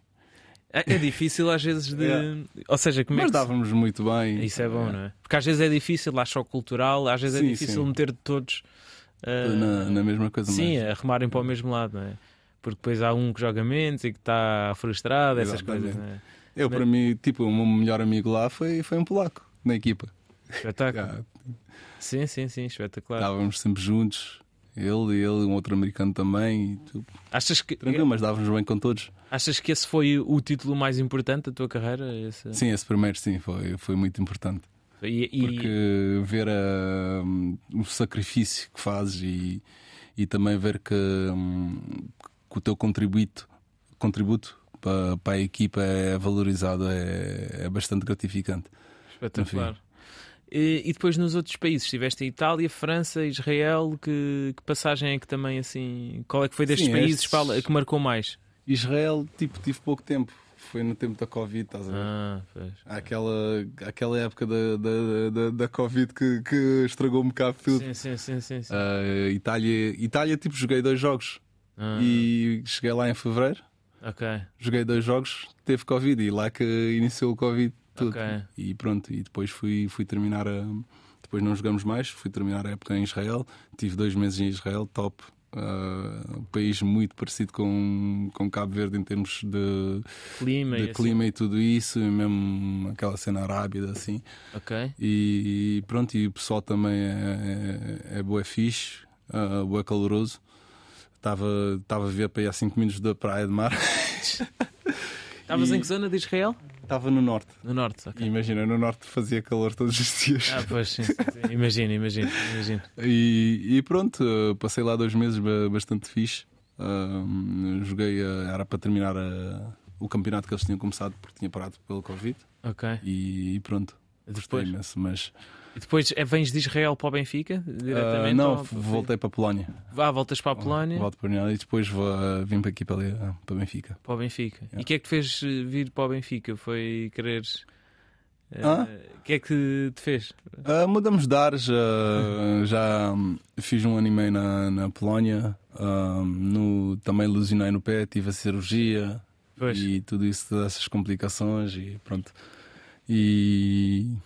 Speaker 2: É, é difícil às vezes de.
Speaker 3: Yeah.
Speaker 2: Ou seja, como é
Speaker 3: Mas
Speaker 2: que se-
Speaker 3: dávamos muito bem.
Speaker 2: Isso é bom, não é? Porque às vezes é difícil, lá só cultural, às vezes é
Speaker 3: Sim,
Speaker 2: difícil
Speaker 3: sim.
Speaker 2: meter todos ah,
Speaker 3: Na, na mesma coisa.
Speaker 2: sim, é.
Speaker 3: mas-
Speaker 2: a remarem para o mesmo lado, não é? Porque depois há um que joga menos e que está frustrado, essas
Speaker 3: Exatamente.
Speaker 2: coisas, não é?
Speaker 3: Eu, para mim, tipo, o meu melhor amigo lá foi, foi um polaco na equipa.
Speaker 2: Espetáculo.
Speaker 3: Já,
Speaker 2: Sim, sim, sim, espetacular.
Speaker 3: Estávamos sempre juntos, ele e ele, um outro americano também. e tudo.
Speaker 2: Achas que,
Speaker 3: Tranquilo, mas dávamos bem com todos.
Speaker 2: achas que esse foi o título mais importante da tua carreira? Esse-
Speaker 3: Sim, esse primeiro, sim, foi, foi muito importante.
Speaker 2: E, e-
Speaker 3: Porque ver a, hum, o sacrifício que fazes e, e também ver que, hum, que o teu contributo, contributo para, para a equipa é valorizado é, é bastante gratificante.
Speaker 2: espetacular. E, e depois nos outros países? Estiveste em Itália, França, Israel, que, que passagem é que também assim. Qual é que foi destes
Speaker 3: Sim,
Speaker 2: países
Speaker 3: estes-
Speaker 2: Paulo, que marcou mais?
Speaker 3: Israel, tipo, tive pouco tempo. Foi no tempo da Covid, estás a ver?
Speaker 2: Ah, pois.
Speaker 3: Aquela, aquela época da, da, da, da Covid que, que estragou um bocado tudo.
Speaker 2: Sim, sim, sim, sim. sim.
Speaker 3: Ah, Itália, Itália, tipo, joguei dois jogos
Speaker 2: Ah,
Speaker 3: e cheguei lá em fevereiro.
Speaker 2: Ok,
Speaker 3: Joguei dois jogos, teve Covid e lá que iniciou o Covid tudo.
Speaker 2: ok.
Speaker 3: E pronto, e depois fui, fui terminar a. Depois não jogamos mais, fui terminar a época em Israel. Tive dois meses em Israel, top. Ah, um país muito parecido com, com Cabo Verde em termos de,
Speaker 2: Clima
Speaker 3: de
Speaker 2: e assim.
Speaker 3: clima e tudo isso, e mesmo aquela cena rápida assim.
Speaker 2: Ok.
Speaker 3: E, e pronto, e o pessoal também é, é, é bué fixe, ah, bué caloroso. Estava estava a ver para aí a 5 minutos da praia de mar,
Speaker 2: Estavas
Speaker 3: E-
Speaker 2: em que zona de Israel?
Speaker 3: estava no norte.
Speaker 2: No norte, ok.
Speaker 3: E Imagina, no norte fazia calor todos os dias.
Speaker 2: Ah, pois, sim, sim, sim. Imagino, imagino, imagino.
Speaker 3: E, e pronto, ah, passei lá dois meses ba- bastante fixe. Ah, joguei, ah, era para terminar ah, o campeonato que eles tinham começado porque tinha parado pelo Covid.
Speaker 2: Ok.
Speaker 3: E, pronto, gostei
Speaker 2: Depois,
Speaker 3: imenso, mas
Speaker 2: e depois é, vens de Israel para o Benfica? Diretamente?
Speaker 3: Ah, não,
Speaker 2: ou-
Speaker 3: voltei Ah, para a Polónia.
Speaker 2: Vá, voltas para a Polónia,
Speaker 3: Volto para a Polónia e depois vou, ah, vim para aqui para, ali, ah, para Benfica.
Speaker 2: para o Benfica. E
Speaker 3: Yeah.
Speaker 2: o que é que te fez eh, vir para o Benfica? Foi querer. eh,
Speaker 3: Hã?
Speaker 2: O que é que te fez?
Speaker 3: Ah, mudamos de ares. ah, já hum, fiz um ano e meio na, na Polónia. ah, no, também lesionei no pé, tive a cirurgia
Speaker 2: Pois.
Speaker 3: e tudo isso, todas essas complicações e pronto. E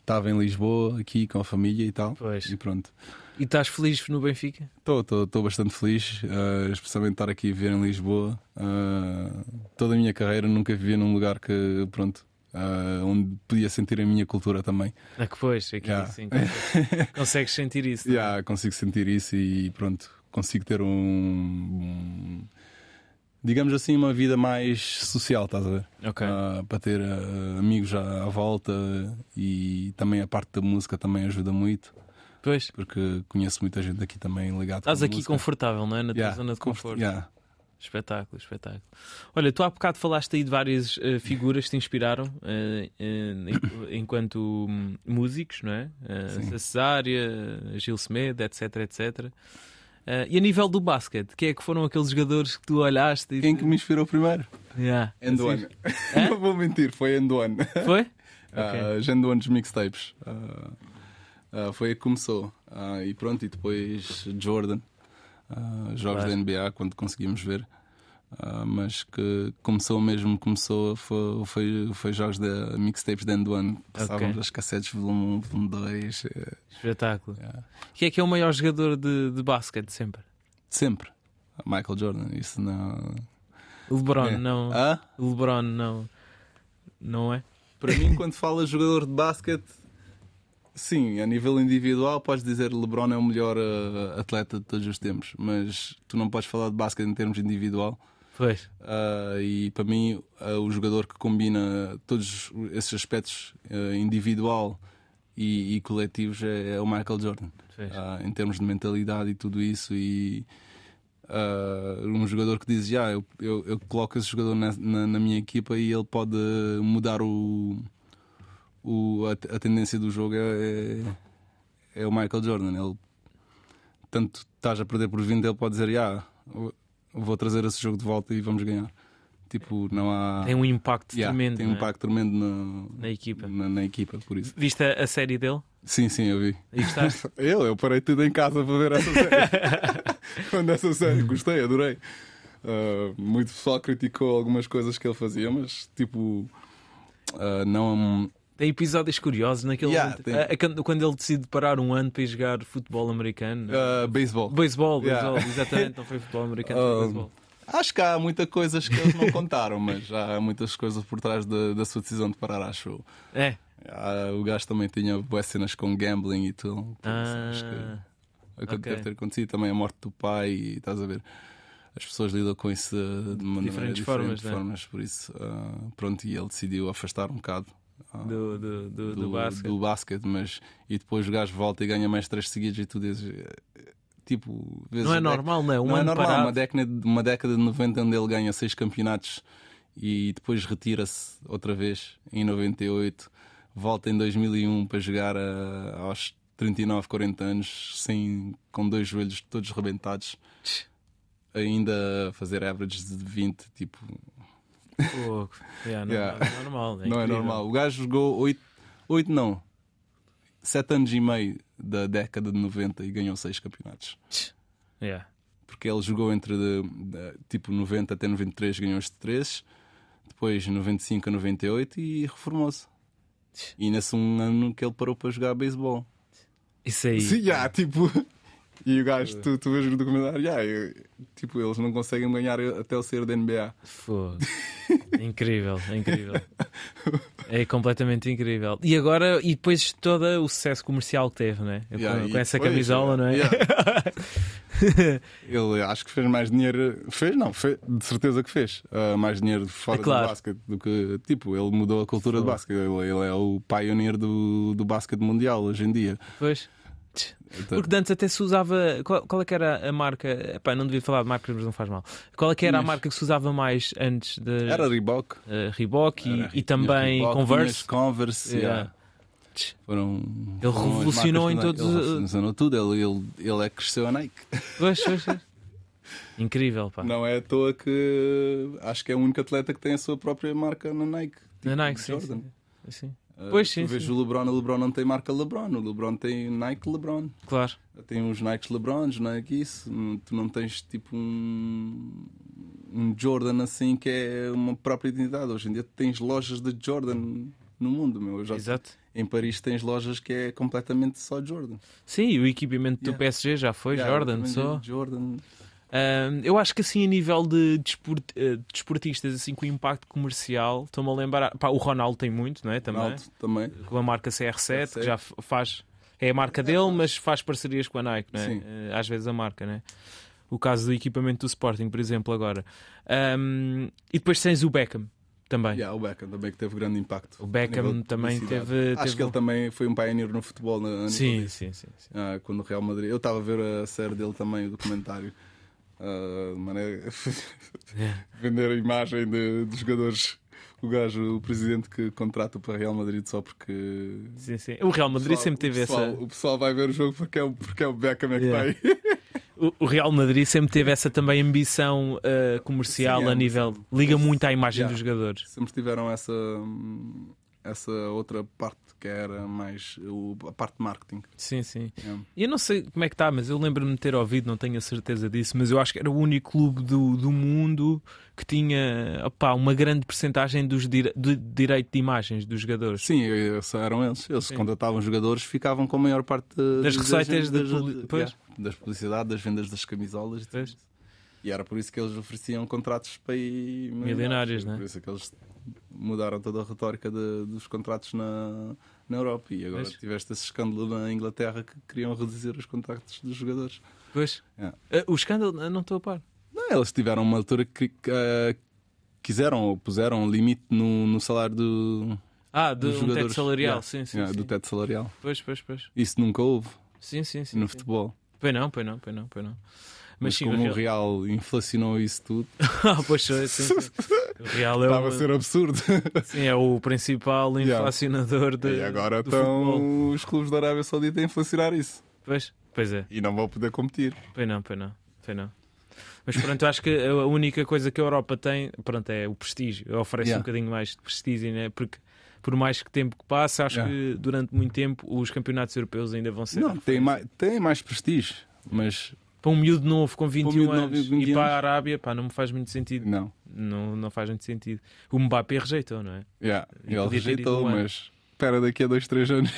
Speaker 3: estava em Lisboa, aqui com a família e tal.
Speaker 2: Pois.
Speaker 3: E pronto.
Speaker 2: E estás feliz no Benfica?
Speaker 3: Estou bastante feliz, eh, especialmente estar aqui a viver em Lisboa. Eh, toda a minha carreira nunca vivi num lugar que, pronto, eh, onde podia sentir a minha cultura também.
Speaker 2: Ah, que pois, aqui
Speaker 3: Yeah.
Speaker 2: sim, consegues, consegues sentir isso. não é?
Speaker 3: Yeah, consigo sentir isso e, pronto, consigo ter um, um- digamos assim, uma vida mais social, estás a ver?
Speaker 2: Ok.
Speaker 3: Ah, para ter eh, amigos à, à volta e também a parte da música também ajuda muito,
Speaker 2: Pois.
Speaker 3: porque conheço muita gente aqui também ligada
Speaker 2: Estás aqui
Speaker 3: música.
Speaker 2: confortável, não é? Na tua
Speaker 3: Yeah,
Speaker 2: zona de
Speaker 3: conf-
Speaker 2: conforto.
Speaker 3: yeah.
Speaker 2: Espetáculo, espetáculo. Olha, tu há bocado falaste aí de várias eh, figuras que te inspiraram eh, eh, en- enquanto hum, músicos, não é? Uh,
Speaker 3: Sim.
Speaker 2: a Cesária, a Gil Semedo, etc, etc. Eh, e a nível do basquete, quem é que foram aqueles jogadores que tu olhaste? E...
Speaker 3: Quem que me inspirou primeiro?
Speaker 2: Yeah. Assim,
Speaker 3: Endoan. Não vou mentir, foi Endoan.
Speaker 2: Foi?
Speaker 3: Ah, Já Endoan dos mixtapes. Ah, ah, foi aí que começou. Ah, e pronto, e depois Jordan. Ah, jogos
Speaker 2: Claro.
Speaker 3: da NBA, quando conseguimos ver. Ah, mas que começou mesmo, começou, foi, foi, foi jogos da mixtapes da Endoan. Passávamos
Speaker 2: Ok.
Speaker 3: as cassetes volume 1, volume 2. eh,
Speaker 2: Espetáculo.
Speaker 3: Yeah.
Speaker 2: Quem é que é o maior jogador de, de basquete sempre?
Speaker 3: Sempre. Michael Jordan, isso não.
Speaker 2: LeBron,
Speaker 3: É.
Speaker 2: não.
Speaker 3: Ah?
Speaker 2: LeBron, não. Não é?
Speaker 3: Para mim, quando fala jogador de basquete, sim, a nível individual, podes dizer LeBron é o melhor eh, atleta de todos os tempos, mas tu não podes falar de basquete em termos individual
Speaker 2: Pois.
Speaker 3: Ah, e para mim, ah, o jogador que combina todos esses aspectos ah, individual e, e coletivos é, é o Michael Jordan.
Speaker 2: Pois.
Speaker 3: Ah, em termos de mentalidade e tudo isso. E ah, um jogador que diz: Já, eu, eu, eu coloco esse jogador na, na- na minha equipa e ele pode mudar o, o- a, a tendência do jogo. É, é, é o Michael Jordan. Ele, tanto estás a perder por 20, ele pode dizer: Já, eu vou trazer esse jogo de volta e vamos ganhar. Tipo, não há.
Speaker 2: Tem um impacto
Speaker 3: Yeah,
Speaker 2: tremendo
Speaker 3: tem um
Speaker 2: não é?
Speaker 3: impacto tremendo no-
Speaker 2: na equipa.
Speaker 3: na- na equipa, por isso.
Speaker 2: Viste a, a série dele?
Speaker 3: Sim, sim, eu vi.
Speaker 2: E gostaste?
Speaker 3: Eu, eu parei tudo em casa para ver essa série. Quando essa série, gostei, adorei. Ah, muito pessoal criticou algumas coisas que ele fazia, mas tipo. ah, não.
Speaker 2: Tem episódios curiosos naquele
Speaker 3: Yeah,
Speaker 2: momento.
Speaker 3: tem.
Speaker 2: A- a- quando- Quando ele decide parar um ano para ir jogar futebol americano.
Speaker 3: ah, beisebol.
Speaker 2: Beisebol,
Speaker 3: Yeah.
Speaker 2: beisebol, exatamente. Não foi futebol americano,
Speaker 3: Um,
Speaker 2: foi beisebol.
Speaker 3: Acho que há muitas coisas que eles não contaram, mas há muitas coisas por trás da, da sua decisão de parar, acho. eu.
Speaker 2: É.
Speaker 3: Ah, o gajo também tinha boas cenas com gambling e tudo. por isso acho que-
Speaker 2: Ah,
Speaker 3: É o que
Speaker 2: Ok.
Speaker 3: deve ter acontecido também a morte do pai e estás a ver as pessoas lidam com isso de uma maneira
Speaker 2: Diferentes
Speaker 3: diferente
Speaker 2: formas, né?
Speaker 3: formas por isso ah, pronto e ele decidiu afastar um bocado ah,
Speaker 2: do, do, do, do basquete.
Speaker 3: do basquete, mas e depois o gajo volta e ganha mais três seguidos e tu dizes eh, tipo vezes
Speaker 2: Não é
Speaker 3: a década-
Speaker 2: normal, não é? Um
Speaker 3: não é
Speaker 2: ano
Speaker 3: normal
Speaker 2: parado.
Speaker 3: uma década uma década de 90 onde ele ganha seis campeonatos e depois retira-se outra vez em 98 volta em 2001 para jogar a- aos 39 40 anos sem com dois joelhos todos rebentados
Speaker 2: Tch,
Speaker 3: ainda a fazer averages de 20 tipo
Speaker 2: fogo. Yeah, não,
Speaker 3: é- Yeah.
Speaker 2: não é normal.
Speaker 3: não é
Speaker 2: incrível.
Speaker 3: normal. O gajo jogou 8, não, 7 anos e meio da década de 90 e ganhou 6 campeonatos.
Speaker 2: Tch, yeah.
Speaker 3: Porque ele jogou entre de- de- tipo 90 até 93, ganhou estes 3, depois 95 a 98 e reformou-se. E nesse um ano que ele parou para jogar beisebol.
Speaker 2: Isso aí.
Speaker 3: Sim, já, tipo. E o gajo, tu, tu vês no documentário, já, eu- tipo, eles não conseguem ganhar até o sair da NBA.
Speaker 2: Fogo. incrível, incrível. É completamente incrível. E agora, e depois todo o sucesso comercial que teve, né? Eu
Speaker 3: Yeah,
Speaker 2: com,
Speaker 3: e
Speaker 2: com essa
Speaker 3: depois,
Speaker 2: camisola, não é?
Speaker 3: yeah. Ele acho que fez mais dinheiro. Fez, não, fe- de certeza que fez. Ah, mais dinheiro fora
Speaker 2: É claro.
Speaker 3: do basquete do que. Tipo, ele mudou a cultura do
Speaker 2: Sim.
Speaker 3: basquete. Ele, ele é o pioneiro do, do basquete mundial hoje em dia.
Speaker 2: Pois.
Speaker 3: Então,
Speaker 2: Porque antes até se usava. Qual, qual é que era a marca? Epá, não devia falar de marcas, mas não faz mal. Qual é que era a
Speaker 3: Tinhas-
Speaker 2: marca que se usava mais antes de
Speaker 3: Era Reebok.
Speaker 2: eh, Reebok e,
Speaker 3: Era-
Speaker 2: e
Speaker 3: tinhas
Speaker 2: também
Speaker 3: Reebok, tinhas
Speaker 2: Converse? É.
Speaker 3: Converse.
Speaker 2: Yeah.
Speaker 3: yeah. Foram,
Speaker 2: Ele
Speaker 3: foram as
Speaker 2: revolucionou
Speaker 3: marcas
Speaker 2: em
Speaker 3: que-
Speaker 2: todos
Speaker 3: Ele
Speaker 2: os-
Speaker 3: revolucionou tudo. Ele, ele, ele é que cresceu a Nike.
Speaker 2: Pois, pois, pois. Incrível, pá.
Speaker 3: Não é à toa que. Acho que é o único atleta que tem a sua própria marca na Nike. tipo
Speaker 2: Na Nike, sim,
Speaker 3: Jordan.
Speaker 2: sim, sim.
Speaker 3: Ah,
Speaker 2: Pois
Speaker 3: tu
Speaker 2: sim,
Speaker 3: vês
Speaker 2: sim.
Speaker 3: o LeBron, o LeBron não tem marca LeBron, o LeBron tem Nike LeBron.
Speaker 2: Claro.
Speaker 3: Tem uns Nikes LeBrons, Nike isso. Hum, Tu não tens tipo um, um Jordan assim que é uma própria identidade. Hoje em dia tens lojas de Jordan no mundo, meu. Eu já-
Speaker 2: Exato.
Speaker 3: Em Paris tens lojas que é completamente só Jordan.
Speaker 2: Sim, o equipamento do
Speaker 3: Yeah.
Speaker 2: PSG já foi,
Speaker 3: Yeah,
Speaker 2: Jordan,
Speaker 3: também
Speaker 2: só.
Speaker 3: Jordan.
Speaker 2: Ahm, eu acho que assim, a nível de despor- eh, desportistas, assim, com o impacto comercial, estou-me a lembrar. Pá, o Ronaldo tem muito, não é? Também.
Speaker 3: Ronaldo também.
Speaker 2: Com a marca CR7, que
Speaker 3: CR7.
Speaker 2: já f- faz. É a marca dele, mas faz parcerias com a Nike, não é?
Speaker 3: Sim.
Speaker 2: Eh, Às vezes a marca, não é? O caso do equipamento do Sporting, por exemplo, agora. Ahm, e depois tens o Beckham também.
Speaker 3: Yeah, o Beckham também que teve grande impacto.
Speaker 2: O Beckham
Speaker 3: a nível de
Speaker 2: também
Speaker 3: publicidade.
Speaker 2: teve-
Speaker 3: Acho
Speaker 2: teve
Speaker 3: que
Speaker 2: um-
Speaker 3: ele também foi um pioneiro no futebol. Na, a nível
Speaker 2: Sim,
Speaker 3: disso.
Speaker 2: sim, sim, sim.
Speaker 3: Ah, quando o Real Madrid. Eu estava a ver a série dele também, o documentário. Ah, de maneira-
Speaker 2: É.
Speaker 3: Vender a imagem de- dos jogadores. O gajo, o presidente que contrata para Real Madrid só porque.
Speaker 2: Sim, sim. O Real Madrid
Speaker 3: pessoal-
Speaker 2: sempre teve
Speaker 3: o pessoal,
Speaker 2: essa.
Speaker 3: O pessoal vai ver o jogo porque é o, porque é o Beckham é que
Speaker 2: Yeah.
Speaker 3: está aí.
Speaker 2: O o Real Madrid sempre teve essa também ambição ah, comercial
Speaker 3: Sim, é,
Speaker 2: a nível. Liga muito à imagem
Speaker 3: Yeah.
Speaker 2: dos jogadores.
Speaker 3: Sempre tiveram essa. hum, Essa outra parte que era mais o- a parte de marketing.
Speaker 2: Sim, sim.
Speaker 3: Yeah.
Speaker 2: Eu não sei como é que está, mas eu lembro-me de ter ouvido, não tenho a certeza disso, mas eu acho que era o único clube do, do mundo que tinha opá, uma grande percentagem dos dire... de direito de imagens dos jogadores.
Speaker 3: Sim, esse eram eles. Eles
Speaker 2: Sim.
Speaker 3: contratavam jogadores, ficavam com a maior parte de-
Speaker 2: Das receitas da
Speaker 3: das,
Speaker 2: publi- pois.
Speaker 3: yeah, das publicidade, das vendas das camisolas. e tudo
Speaker 2: Pois.
Speaker 3: isso. E era por isso que eles ofereciam contratos para ir
Speaker 2: Milionários, né?
Speaker 3: Por isso é que eles mudaram toda a retórica de- dos contratos na, na Europa. E agora
Speaker 2: Pois.
Speaker 3: tiveste esse escândalo na Inglaterra que queriam reduzir os contratos dos jogadores.
Speaker 2: Pois.
Speaker 3: Yeah.
Speaker 2: Ah, o escândalo, ah, não estou a par.
Speaker 3: Não, eles tiveram uma altura que eh, quiseram ou puseram um limite no, no salário do,
Speaker 2: Ah, de
Speaker 3: dos
Speaker 2: um
Speaker 3: jogadores.
Speaker 2: teto salarial,
Speaker 3: Yeah.
Speaker 2: sim, sim.
Speaker 3: yeah,
Speaker 2: sim.
Speaker 3: do teto salarial.
Speaker 2: Pois, pois, pois.
Speaker 3: Isso nunca houve
Speaker 2: Sim, sim, sim.
Speaker 3: no
Speaker 2: sim.
Speaker 3: futebol.
Speaker 2: Pois não, pois não, pois não, pois não. Mas,
Speaker 3: Mas,
Speaker 2: sim,
Speaker 3: como
Speaker 2: o
Speaker 3: o Real inflacionou isso tudo,
Speaker 2: Ah, pois foi, sim, sim. O Real é
Speaker 3: estava
Speaker 2: o,
Speaker 3: a ser absurdo.
Speaker 2: sim, é o principal
Speaker 3: Yeah.
Speaker 2: inflacionador de.
Speaker 3: e agora
Speaker 2: eh, do futebol.
Speaker 3: estão os clubes da Arábia Saudita a inflacionar isso.
Speaker 2: Pois, pois é,
Speaker 3: E não vão poder competir.
Speaker 2: pois não, pois não, pois não. Mas pronto, acho que a única coisa que a Europa tem pronto, é o prestígio. Oferece
Speaker 3: Yeah.
Speaker 2: um bocadinho mais de prestígio, né? porque por mais que tempo que passe, acho
Speaker 3: Yeah.
Speaker 2: que durante muito tempo os campeonatos europeus ainda vão ser.
Speaker 3: Não, tem mais, tem mais prestígio, mas
Speaker 2: Para um miúdo novo com 21
Speaker 3: miúdo novo,
Speaker 2: anos
Speaker 3: 20
Speaker 2: e para
Speaker 3: anos.
Speaker 2: a Arábia, pá, não me faz muito sentido.
Speaker 3: não.
Speaker 2: Não, não faz muito sentido. O Mbappé rejeitou, não é?
Speaker 3: Yeah,
Speaker 2: E
Speaker 3: ele
Speaker 2: podia ter ido
Speaker 3: rejeitou,
Speaker 2: um ano.
Speaker 3: mas espera daqui a dois, três anos.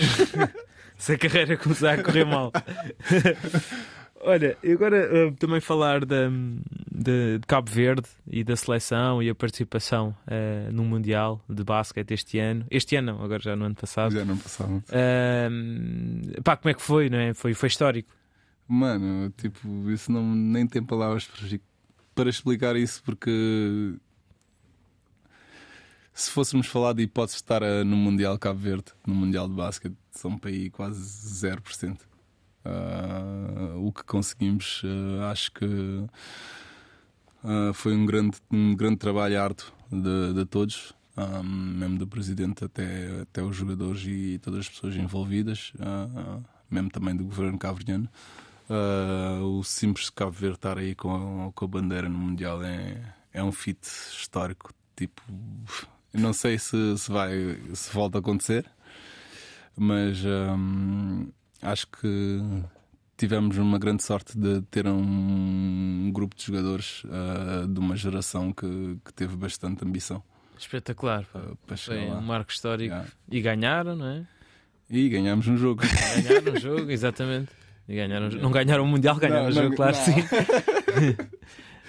Speaker 2: se a carreira começar a correr mal. Olha, e agora eh, também falar da, de, de Cabo Verde e da seleção e a participação eh, no Mundial de Basquete este ano. Este ano não, agora já no ano passado.
Speaker 3: Já não passava.
Speaker 2: Ahm, pá, como é que foi, não é? Foi, foi histórico.
Speaker 3: Mano, tipo, isso não, nem tem palavras para- para explicar isso, porque se fôssemos falar de hipótese de estar eh, no Mundial Cabo Verde, no Mundial de Basquete, são para aí quase 0%. Ah, o que conseguimos, ah, acho que ah, foi um grande, um grande trabalho árduo de, de todos, ah, mesmo do presidente até, até os jogadores e todas as pessoas envolvidas, ah, mesmo também do governo cabo-verdiano. Ah, o simples de Cabo Verde estar aí com, com a bandeira no Mundial é, é um feat histórico. Tipo, eu não sei se, se vai, se volta a acontecer, mas hum, acho que tivemos uma grande sorte de ter um grupo de jogadores ah, de uma geração que, que teve bastante ambição
Speaker 2: Espetacular. pá.
Speaker 3: ah, para chegar
Speaker 2: Foi um
Speaker 3: lá.
Speaker 2: marco histórico.
Speaker 3: Yeah.
Speaker 2: E ganharam, não é?
Speaker 3: E ganhámos um jogo.
Speaker 2: Ganharam o jogo, exatamente. E ganharam, o jogo. não ganharam o Mundial, ganharam o
Speaker 3: Não,
Speaker 2: um jogo,
Speaker 3: não-
Speaker 2: claro,
Speaker 3: não.
Speaker 2: sim.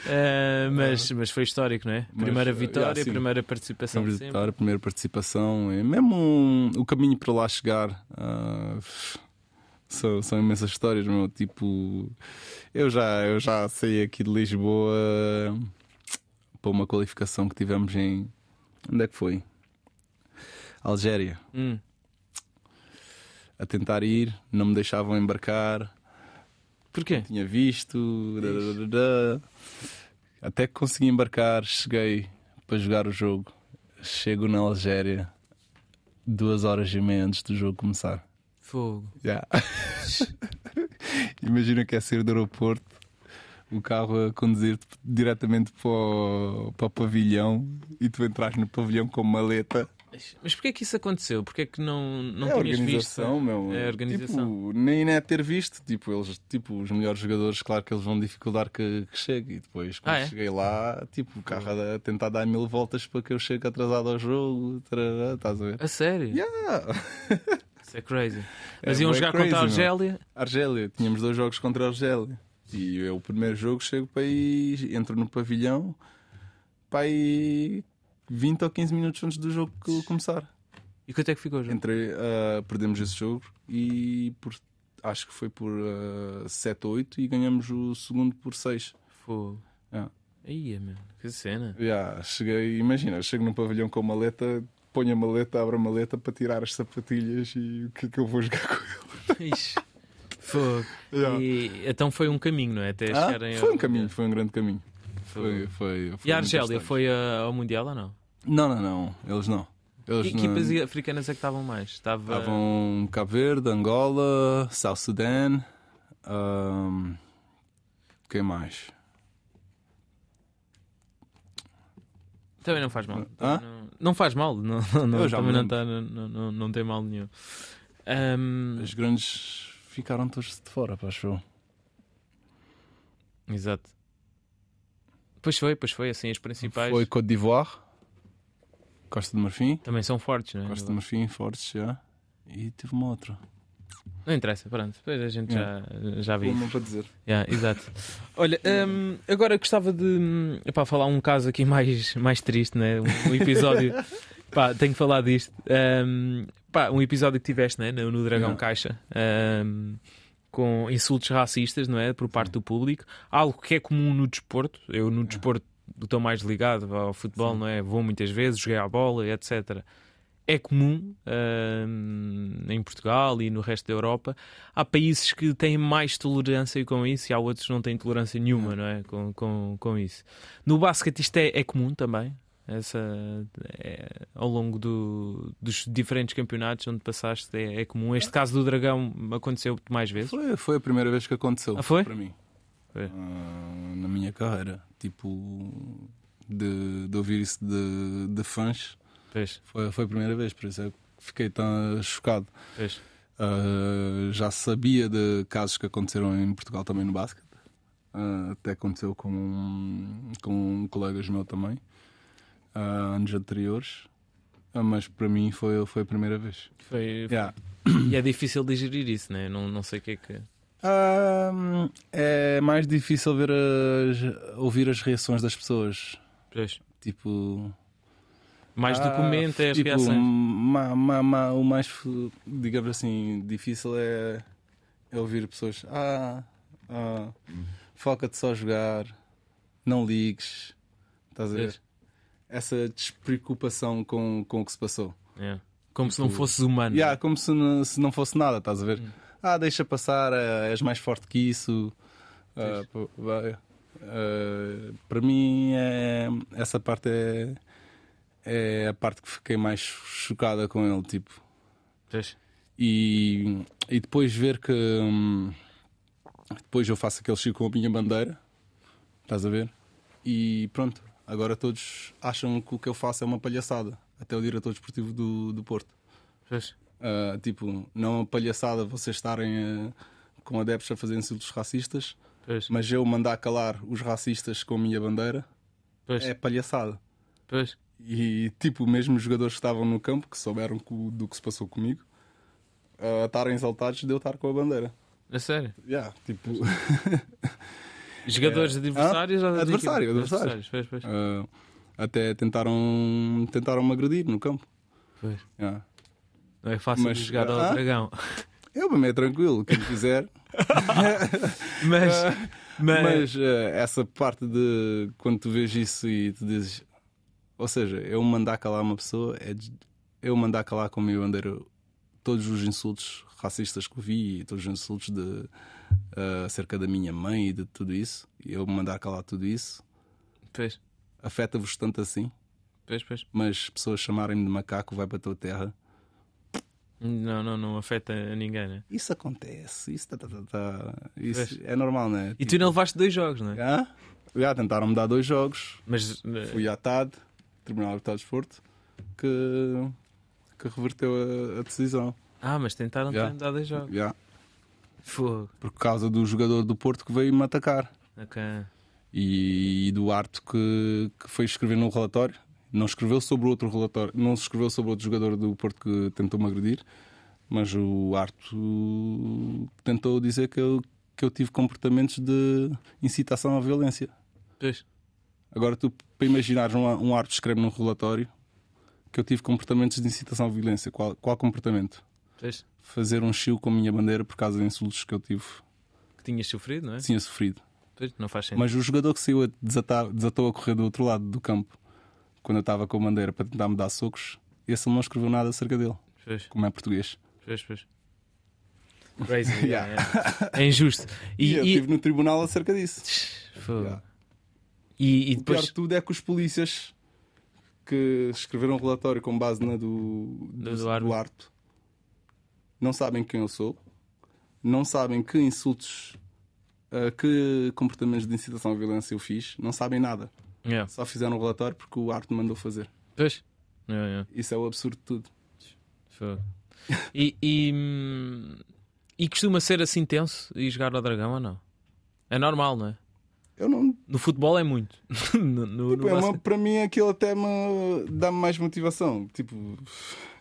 Speaker 2: Ah, mas, mas foi histórico, não é?
Speaker 3: Mas,
Speaker 2: Primeira
Speaker 3: ah,
Speaker 2: vitória,
Speaker 3: yeah, sim.
Speaker 2: primeira participação
Speaker 3: Primeira
Speaker 2: de sempre.
Speaker 3: vitória, primeira participação, é mesmo um- o caminho para lá chegar. ah, são, são imensas histórias, meu. Tipo, eu já, eu já saí aqui de Lisboa para uma qualificação que tivemos em. Onde é que foi? Algéria.
Speaker 2: Hum.
Speaker 3: A tentar ir, não me deixavam embarcar,
Speaker 2: Porquê?
Speaker 3: tinha visto. dadadadá. Até que consegui embarcar, cheguei para jogar o jogo. Chego na Algéria duas horas e meia antes do jogo começar.
Speaker 2: Fogo.
Speaker 3: Yeah. Imagina que é sair do aeroporto, o carro a conduzir-te diretamente para o, para o pavilhão e tu entras no pavilhão com maleta.
Speaker 2: Mas porquê que isso aconteceu? Porquê que não, não
Speaker 3: é a
Speaker 2: tinhas visto?
Speaker 3: organização, meu.
Speaker 2: É a organização.
Speaker 3: Tipo, nem nem é ter visto. Tipo, eles, tipo, os melhores jogadores, claro que eles vão dificultar que, que chegue. E depois, quando
Speaker 2: Ah, é?
Speaker 3: cheguei lá, tipo, o carro a, a tentar dar mil voltas para que eu chegue atrasado ao jogo. tarará, estás a ver? Ah,
Speaker 2: A sério?
Speaker 3: Yeah.
Speaker 2: Isso é crazy. Mas
Speaker 3: É
Speaker 2: iam
Speaker 3: bué
Speaker 2: jogar
Speaker 3: crazy,
Speaker 2: contra a
Speaker 3: meu.
Speaker 2: Argélia?
Speaker 3: Argélia, tínhamos dois jogos contra a Argélia. E eu, o primeiro jogo, chego para aí, entro no pavilhão, para aí 20 ou 15 minutos antes do jogo que começar.
Speaker 2: E quanto é que ficou o jogo?
Speaker 3: Entrei, ah, perdemos esse jogo e por- acho que foi por 7 ou 8 e ganhamos o segundo por 6.
Speaker 2: Fogo.
Speaker 3: Ah.
Speaker 2: Ia, meu. Que cena.
Speaker 3: Já, cheguei, imagina, chego no pavilhão com a maleta, ponho a maleta, abro a maleta para tirar as sapatilhas e o que é que eu vou jogar com ele?
Speaker 2: Ixi. Fogo.
Speaker 3: Yeah.
Speaker 2: E, então foi um caminho, não é? Até
Speaker 3: Ah,
Speaker 2: chegarem ao
Speaker 3: foi um
Speaker 2: Mundial.
Speaker 3: caminho, foi um grande caminho.
Speaker 2: Fogo.
Speaker 3: Foi, foi, foi
Speaker 2: E a
Speaker 3: muito
Speaker 2: Argélia
Speaker 3: bastante.
Speaker 2: foi ah, ao Mundial ou não?
Speaker 3: Não, não, não. Eles não. Eles
Speaker 2: Que
Speaker 3: não-
Speaker 2: equipas africanas é que estavam mais? Estava.
Speaker 3: Estavam Cabo Verde, Angola, South Sudan. ahm, quem mais?
Speaker 2: Também não faz mal.
Speaker 3: Hã?
Speaker 2: Também Não, não faz mal. Não, não, não,
Speaker 3: Ah? Eu já
Speaker 2: também
Speaker 3: me
Speaker 2: não,
Speaker 3: lembro.
Speaker 2: tá- não, não, não tem mal nenhum. Ahm,
Speaker 3: Os grandes ficaram todos de fora, pá, acho eu.
Speaker 2: Exato. Pois foi, pois foi. Assim, as principais
Speaker 3: Foi Côte d'Ivoire, Costa do Marfim.
Speaker 2: também são fortes, não é?
Speaker 3: Costa do Marfim, Fortes, já. E teve uma outra.
Speaker 2: Não interessa, pronto. Depois a gente já, já viu.
Speaker 3: para dizer.
Speaker 2: Yeah, exato. Olha, hum, agora gostava de hum, epá, falar um caso aqui mais, mais triste, né? um, um episódio. pá, tenho que falar disto. Hum, pá, um episódio que tiveste né? no, no Dragão
Speaker 3: Yeah.
Speaker 2: Caixa. Hum, com insultos racistas, não é? Por parte do público, algo que é comum no desporto. Eu, no desporto, estou mais ligado ao futebol, não é? Vou muitas vezes, joguei à bola, etc. É comum hum, em Portugal e no resto da Europa. Há países que têm mais tolerância com isso e há outros que não têm tolerância nenhuma, não é? Com, com, com isso. No basquete, isto é, é comum também. Essa, é, ao longo do- dos diferentes campeonatos onde passaste, é, é comum. Este caso do Dragão aconteceu mais vezes.
Speaker 3: Foi, foi a primeira vez que aconteceu
Speaker 2: Ah, foi?
Speaker 3: para mim.
Speaker 2: Foi.
Speaker 3: Ah, na minha carreira. Tipo, de, de ouvir isso de, de fãs.
Speaker 2: Pois,
Speaker 3: Foi, foi a primeira vez, por isso é que fiquei tão chocado.
Speaker 2: pois.
Speaker 3: Ah, já sabia de casos que aconteceram em Portugal também no basquete. Ah, até aconteceu com, um- com um colegas meu também, ah, anos anteriores. Ah, mas para mim foi, foi a primeira vez.
Speaker 2: Foi,
Speaker 3: Yeah.
Speaker 2: E é difícil digerir isso, né? Não, não sei o que é que.
Speaker 3: Ahm, é mais difícil ver as- ouvir as reações das pessoas.
Speaker 2: Pois.
Speaker 3: Tipo,
Speaker 2: Mais
Speaker 3: ah,
Speaker 2: documenta as
Speaker 3: tipo,
Speaker 2: reações.
Speaker 3: ma- ma- ma- o mais, fu- digamos assim, difícil é, é ouvir pessoas. Ah, ah, foca-te só a jogar, não ligues. Estás a ver?
Speaker 2: Pois.
Speaker 3: Essa despreocupação com, com o que se passou.
Speaker 2: É. Como se não fosses humano. né?
Speaker 3: Yeah, como se não, se não fosse nada, estás a ver? Ah, deixa passar, eh, és mais forte que isso. Ah, pô, vai. Ah, para mim, é, essa parte é, é a parte que fiquei mais chocada com ele. Tipo,
Speaker 2: Pois.
Speaker 3: e, e depois ver que hum, depois eu faço aquele chico com a minha bandeira, estás a ver? E pronto, agora todos acham que o que eu faço é uma palhaçada, até o diretor desportivo do, do Porto.
Speaker 2: Pois.
Speaker 3: Ah, tipo, não é uma palhaçada vocês estarem ah, com adeptos a fazer insultos racistas,
Speaker 2: Pois.
Speaker 3: mas eu mandar calar os racistas com a minha bandeira
Speaker 2: Pois.
Speaker 3: é palhaçada.
Speaker 2: Pois.
Speaker 3: E tipo, mesmo os jogadores que estavam no campo, que souberam co- do que se passou comigo, ah, estarem exaltados de eu estar com a bandeira.
Speaker 2: A sério.
Speaker 3: Yeah, tipo,
Speaker 2: Jogadores adversários ou da
Speaker 3: É. Adversário,
Speaker 2: equipa?
Speaker 3: adversário.
Speaker 2: Pois, pois.
Speaker 3: ah, até tentaram, tentaram me agredir no campo.
Speaker 2: Pois.
Speaker 3: Yeah.
Speaker 2: Não é fácil
Speaker 3: Mas-
Speaker 2: de jogar
Speaker 3: Ah?
Speaker 2: ao dragão.
Speaker 3: Eu para mim é tranquilo, quem quiser.
Speaker 2: Mas. mas...
Speaker 3: Mas eh, essa parte de quando tu vês isso e tu dizes, ou seja, eu mandar calar uma pessoa é des- eu mandar calar com a minha bandeira todos os insultos racistas que ouvi e todos os insultos de eh, acerca da minha mãe e de tudo isso, e eu mandar calar tudo isso,
Speaker 2: Pois.
Speaker 3: afeta-vos tanto assim,
Speaker 2: Pois, pois.
Speaker 3: mas pessoas chamarem-me de macaco, vai para a tua terra.
Speaker 2: Não, não, não afeta a ninguém, né?
Speaker 3: Isso acontece, isso, tá, tá, tá, tá. isso
Speaker 2: Pois.
Speaker 3: é normal, não é?
Speaker 2: E tu ainda levaste dois jogos, não é?
Speaker 3: Hã? Já tentaram-me dar dois jogos,
Speaker 2: Mas. eh,
Speaker 3: fui à TAD, Tribunal Arbitral de Desporto, que, que reverteu a, a decisão.
Speaker 2: Ah, mas tentaram
Speaker 3: Já.
Speaker 2: te dar dois jogos.
Speaker 3: Já.
Speaker 2: Fogo.
Speaker 3: Por causa do jogador do Porto que veio me atacar
Speaker 2: Ok.
Speaker 3: e, e do árbitro que, que foi escrever num relatório. Não escreveu sobre outro relatório, não se escreveu sobre outro jogador do Porto que tentou me agredir, mas o árbitro tentou dizer que eu, que eu tive comportamentos de incitação à violência.
Speaker 2: Pois.
Speaker 3: Agora, tu, para imaginares um, um árbitro escreve num relatório que eu tive comportamentos de incitação à violência, qual, qual comportamento?
Speaker 2: Pois.
Speaker 3: Fazer um chiu com a minha bandeira por causa de insultos que eu tive,
Speaker 2: Que tinhas sofrido, não é?
Speaker 3: que tinha sofrido.
Speaker 2: Pois, não faz sentido.
Speaker 3: Mas o jogador que saiu a desatar, desatou a correr do outro lado do campo, quando eu estava com a bandeira para tentar me dar socos, esse ele não escreveu nada acerca dele,
Speaker 2: Pois.
Speaker 3: como é português.
Speaker 2: Pois, pois. Crazy, yeah, yeah. É injusto.
Speaker 3: E,
Speaker 2: E,
Speaker 3: eu
Speaker 2: e-
Speaker 3: estive no tribunal acerca disso.
Speaker 2: Fogo.
Speaker 3: Yeah.
Speaker 2: E, e
Speaker 3: O pior
Speaker 2: depois.
Speaker 3: de tudo é que os polícias que escreveram um relatório com base na do,
Speaker 2: Do- do árbitro.
Speaker 3: árbitro não sabem quem eu sou, não sabem que insultos, ah, que comportamentos de incitação à violência eu fiz, não sabem nada.
Speaker 2: Yeah.
Speaker 3: Só fizeram o relatório porque o árbitro mandou fazer.
Speaker 2: Pois. Yeah, yeah.
Speaker 3: Isso é o absurdo de tudo.
Speaker 2: Fogo. E, e, hum, e costuma ser assim tenso e jogar ao dragão ou não? É normal, não é?
Speaker 3: Eu não,
Speaker 2: No futebol é muito. No- no-
Speaker 3: tipo,
Speaker 2: no
Speaker 3: é uma-
Speaker 2: basquete-
Speaker 3: para mim aquilo até me dá-me mais motivação. Tipo,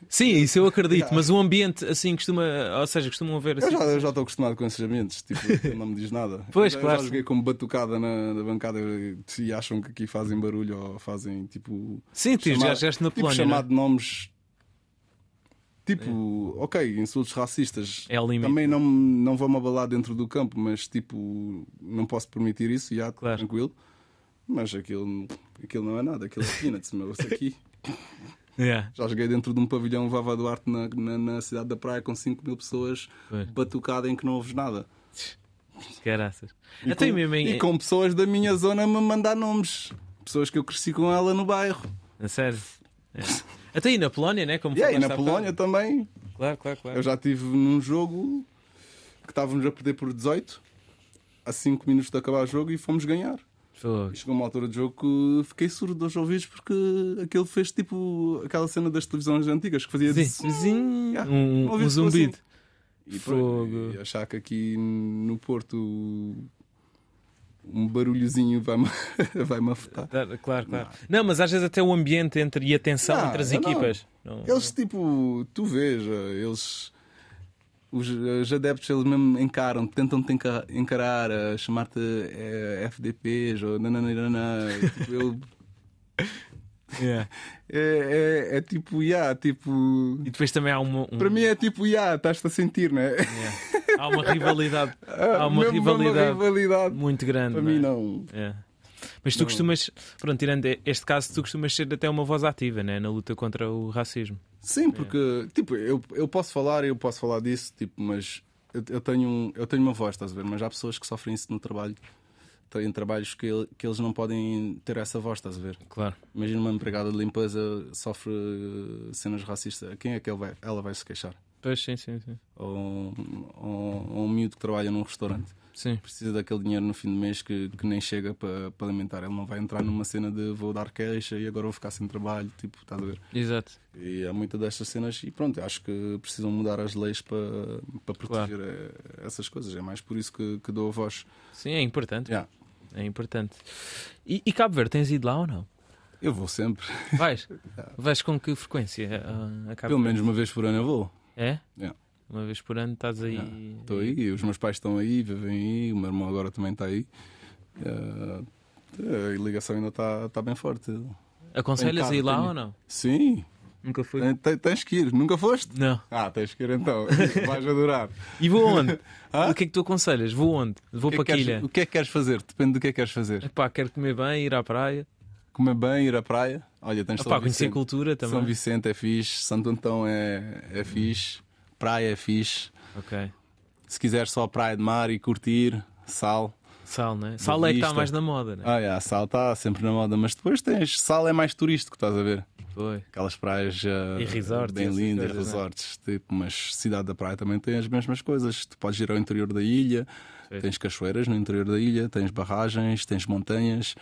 Speaker 2: Sim, isso eu acredito, mas o ambiente assim costuma. Ou seja, costumam haver
Speaker 3: Eu
Speaker 2: assim.
Speaker 3: já, eu já estou acostumado com esses ambientes, tipo, aquilo não me diz nada.
Speaker 2: Pois,
Speaker 3: eu
Speaker 2: claro.
Speaker 3: Já joguei como batucada na, na bancada e e acham que aqui fazem barulho ou fazem tipo.
Speaker 2: Sim, tu
Speaker 3: chamada-
Speaker 2: já jogaste na é?
Speaker 3: tipo,
Speaker 2: Polónia. não é?
Speaker 3: chamado de nomes Tipo, ok, insultos racistas
Speaker 2: É o limite.
Speaker 3: também não, não vão me abalar dentro do campo, mas tipo, não posso permitir isso, já,
Speaker 2: Claro.
Speaker 3: tranquilo. Mas aquilo, aquilo não é nada, aquilo é peanuts, meu. Isso aqui.
Speaker 2: Yeah.
Speaker 3: Já joguei dentro de um pavilhão Vava Duarte na, na, na cidade da praia com 5 mil pessoas,
Speaker 2: Pois.
Speaker 3: batucada em que não ouves nada.
Speaker 2: Caraças.
Speaker 3: E,
Speaker 2: Até
Speaker 3: com,
Speaker 2: mesmo em.
Speaker 3: e com pessoas da minha zona a me mandar nomes. Pessoas que eu cresci com ela no bairro.
Speaker 2: A sério. É. Até aí na Polónia, né? Como
Speaker 3: E aí,
Speaker 2: falaste há
Speaker 3: na
Speaker 2: bocado.
Speaker 3: Polónia também.
Speaker 2: Claro, claro, claro.
Speaker 3: Eu já tive num jogo que estávamos a perder por 18, a 5 minutos de acabar o jogo, e fomos ganhar.
Speaker 2: Fogo.
Speaker 3: E chegou uma altura do jogo que fiquei surdo aos ouvidos porque aquilo fez tipo aquela cena das televisões antigas que fazia de
Speaker 2: Sim, sim.
Speaker 3: Yeah.
Speaker 2: Um, um
Speaker 3: assim, "Ah, Ouvi-se falar
Speaker 2: zumbido.
Speaker 3: E, pronto,
Speaker 2: Fogo.
Speaker 3: e achar que aqui no Porto um barulhozinho vai-me vai afetar.
Speaker 2: Tá, Claro, claro. Não. mas às vezes até o ambiente entre, e a tensão
Speaker 3: Não,
Speaker 2: entre as
Speaker 3: não.
Speaker 2: equipas. Não.
Speaker 3: Eles, tipo, tu vês, eles. Os, os adeptos, eles mesmo encaram, tentam te encarar, a chamar-te eh, FDPs ou nananana. tipo, eu-
Speaker 2: Yeah.
Speaker 3: é, é, é tipo, yeah, tipo.
Speaker 2: E depois também há uma. um-
Speaker 3: Para mim é tipo, yeah, estás-te a sentir, né?
Speaker 2: yeah. Há uma rivalidade. Há uma
Speaker 3: Mesmo
Speaker 2: rivalidade
Speaker 3: rivalidade.
Speaker 2: muito grande.
Speaker 3: Para
Speaker 2: é?
Speaker 3: mim, não.
Speaker 2: É. Mas tu costumas, pronto, tirando este caso, tu costumas ser até uma voz ativa né? na luta contra o racismo.
Speaker 3: Sim, porque tipo, eu, eu posso falar, eu posso falar disso, tipo, mas eu, eu tenho, um- eu tenho uma voz, estás a ver? Mas há pessoas que sofrem isso no trabalho. Têm trabalhos que, ele- que eles não podem ter essa voz, estás a ver?
Speaker 2: Claro.
Speaker 3: Imagina uma empregada de limpeza sofre eh, cenas racistas. A quem é que ele vai- ela vai se queixar?
Speaker 2: Pois, sim, sim, sim.
Speaker 3: Ou, um- ou- ou um miúdo que trabalha num restaurante.
Speaker 2: Sim,
Speaker 3: Precisa daquele dinheiro no fim do mês que, que nem chega para para alimentar. Ele não vai entrar numa cena de vou dar queixa e agora vou ficar sem trabalho. Tipo, estás a ver?
Speaker 2: exato.
Speaker 3: E há muitas destas cenas e pronto, acho que precisam mudar as leis para, para
Speaker 2: Claro.
Speaker 3: proteger eh, essas coisas. É mais por isso que, que dou a voz.
Speaker 2: Sim, é importante.
Speaker 3: Yeah.
Speaker 2: É importante. E, e Cabo Verde, tens ido lá ou não?
Speaker 3: Eu vou sempre.
Speaker 2: É Vais? Vais com que frequência ah, a, a Cabo
Speaker 3: Pelo menos uma vez por ano eu vou.
Speaker 2: É?
Speaker 3: Yeah.
Speaker 2: Uma vez por ano estás aí.
Speaker 3: Yeah.
Speaker 2: Uhum.
Speaker 3: Estou aí, e os meus pais estão aí, vivem aí, o meu irmão agora também está aí. Eh, a ligação ainda está, está bem forte. Tenho
Speaker 2: Aconselhas
Speaker 3: carro,
Speaker 2: a ir lá
Speaker 3: tenho.
Speaker 2: ou não?
Speaker 3: Sim,
Speaker 2: Nunca fui.
Speaker 3: ten- ten- tens que ir. Nunca foste?
Speaker 2: Não.
Speaker 3: Ah, tens que ir então. Vais adorar.
Speaker 2: E vou onde?
Speaker 3: Hã?
Speaker 2: O que é que tu aconselhas? Vou onde? Vou
Speaker 3: O que, é
Speaker 2: para
Speaker 3: que queres-
Speaker 2: Quilha.
Speaker 3: o que é que queres fazer? Depende do que é que queres fazer.
Speaker 2: Epá, quero comer bem, ir à praia.
Speaker 3: Comer bem, ir à praia. Olha, tens
Speaker 2: Epá,
Speaker 3: São
Speaker 2: conhecer
Speaker 3: Vicente.
Speaker 2: cultura também.
Speaker 3: São Vicente é fixe, Santo Antão é, é fixe, praia é fixe.
Speaker 2: Ok.
Speaker 3: Se quiser só praia de mar e curtir, sal.
Speaker 2: Sal, né? Sal é que está
Speaker 3: vista.
Speaker 2: mais na moda, né?
Speaker 3: Ah, yeah, sal está sempre na moda, mas depois tens. Sal é mais turístico, estás a ver?
Speaker 2: Foi.
Speaker 3: Aquelas praias ah,
Speaker 2: E resorts e
Speaker 3: bem
Speaker 2: essas
Speaker 3: lindas,
Speaker 2: coisas, né?
Speaker 3: resorts. Tipo, mas Cidade da Praia também tem as mesmas coisas. Tu podes ir ao interior da ilha,
Speaker 2: Sim.
Speaker 3: tens cachoeiras no interior da ilha, tens barragens, tens montanhas,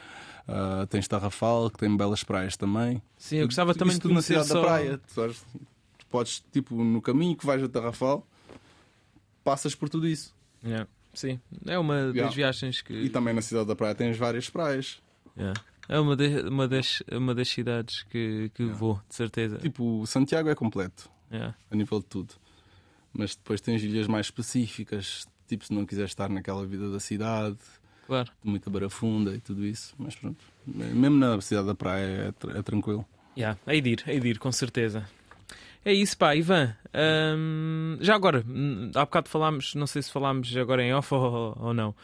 Speaker 3: ah, tens Tarrafal, que tem belas praias também.
Speaker 2: Sim, eu gostava também
Speaker 3: Isso
Speaker 2: de
Speaker 3: tudo na
Speaker 2: conhecer
Speaker 3: cidade
Speaker 2: só...
Speaker 3: da praia. Tu, sabes, tu podes, tipo, no caminho que vais a Tarrafal, passas por tudo isso.
Speaker 2: Yeah. Sim, é uma das
Speaker 3: Yeah.
Speaker 2: viagens que.
Speaker 3: E tá. também na cidade da praia tens várias praias.
Speaker 2: Yeah. É uma, de- uma das, uma das cidades que, que vou, de certeza.
Speaker 3: Tipo, Santiago é completo,
Speaker 2: Yeah.
Speaker 3: a nível de tudo. Mas depois tens ilhas mais específicas, tipo, se não quiseres estar naquela vida da cidade,
Speaker 2: Claro.
Speaker 3: de muita barafunda e tudo isso. Mas pronto, mesmo na cidade da praia é, tra- é tranquilo.
Speaker 2: Yeah. Hei de ir, hei de ir, com certeza. É isso, pá, Ivan. hum, já agora, hum, há bocado falámos, não sei se falámos agora em off ou, ou não,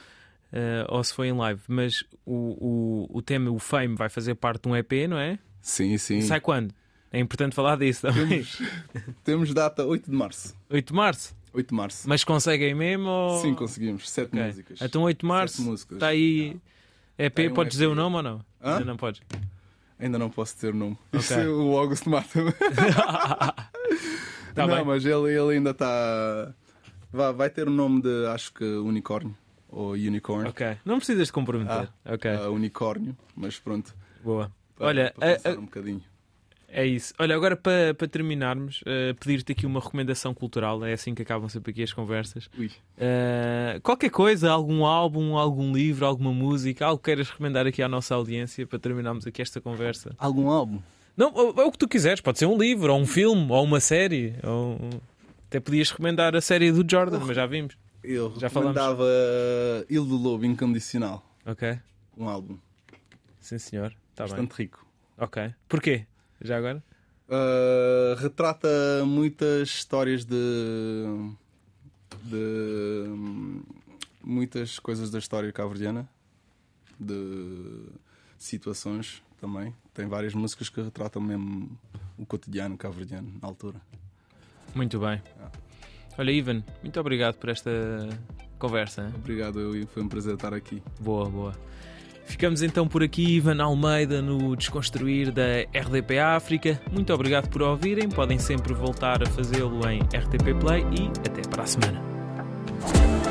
Speaker 2: eh, ou se foi em live, mas o, o, o tema, o Fame, vai fazer parte de um EP, não é?
Speaker 3: Sim, sim.
Speaker 2: Sai quando? É importante falar disso também.
Speaker 3: Temos data 8 de março.
Speaker 2: 8 de março.
Speaker 3: 8 de março.
Speaker 2: Mas conseguem mesmo? Ou...
Speaker 3: Sim, conseguimos. 7
Speaker 2: Ok.
Speaker 3: músicas.
Speaker 2: Então 8 de
Speaker 3: Sete
Speaker 2: março
Speaker 3: músicas.
Speaker 2: está aí. EP,
Speaker 3: Tem um
Speaker 2: podes dizer
Speaker 3: EP.
Speaker 2: o nome ou não?
Speaker 3: Hã?
Speaker 2: Ainda Não podes.
Speaker 3: Ainda não posso ter nome. Isso
Speaker 2: Ok.
Speaker 3: o Augusto mata-me.
Speaker 2: Tá
Speaker 3: não,
Speaker 2: bem.
Speaker 3: mas ele, ele ainda está. Vai, vai ter o nome de, acho que, Unicórnio. Ou Unicorn.
Speaker 2: Ok. Não precisas de comprometer. ok.
Speaker 3: Ah, unicórnio, mas pronto.
Speaker 2: Boa.
Speaker 3: para-
Speaker 2: Olha, eh,
Speaker 3: para
Speaker 2: a-
Speaker 3: pensar
Speaker 2: a-
Speaker 3: um bocadinho.
Speaker 2: é isso. Olha, agora para para terminarmos, eh, pedir-te aqui uma recomendação cultural. É assim que acabam sempre aqui as conversas.
Speaker 3: Ui.
Speaker 2: Eh, qualquer coisa, algum álbum, algum livro, alguma música, algo que queiras recomendar aqui à nossa audiência para terminarmos aqui esta conversa.
Speaker 3: Algum álbum?
Speaker 2: Não, ou- ou o que tu quiseres, pode ser um livro, ou um filme, ou uma série. Ou... um, Até podias recomendar a série do Jordan, mas já vimos.
Speaker 3: Eu
Speaker 2: Já
Speaker 3: Já
Speaker 2: falamos.
Speaker 3: recomendava Il do Lobo Incondicional.
Speaker 2: Ok,
Speaker 3: Um álbum
Speaker 2: Tá sim senhor, está bem.
Speaker 3: bastante rico.
Speaker 2: Ok, porquê? Já agora?
Speaker 3: Uh, retrata muitas histórias de, de hum, muitas coisas da história cabo-verdiana, de situações também. Tem várias músicas que retratam mesmo o cotidiano cabo-verdiano na altura.
Speaker 2: Muito bem. Olha, Ivan, muito obrigado por esta conversa.
Speaker 3: Obrigado, eu e foi um prazer estar aqui.
Speaker 2: Boa, boa. Ficamos então por aqui, Ivan Almeida, no Desconstruir da RDP África. Muito obrigado por ouvirem. Podem sempre voltar a fazê-lo em RTP Play e até para a semana.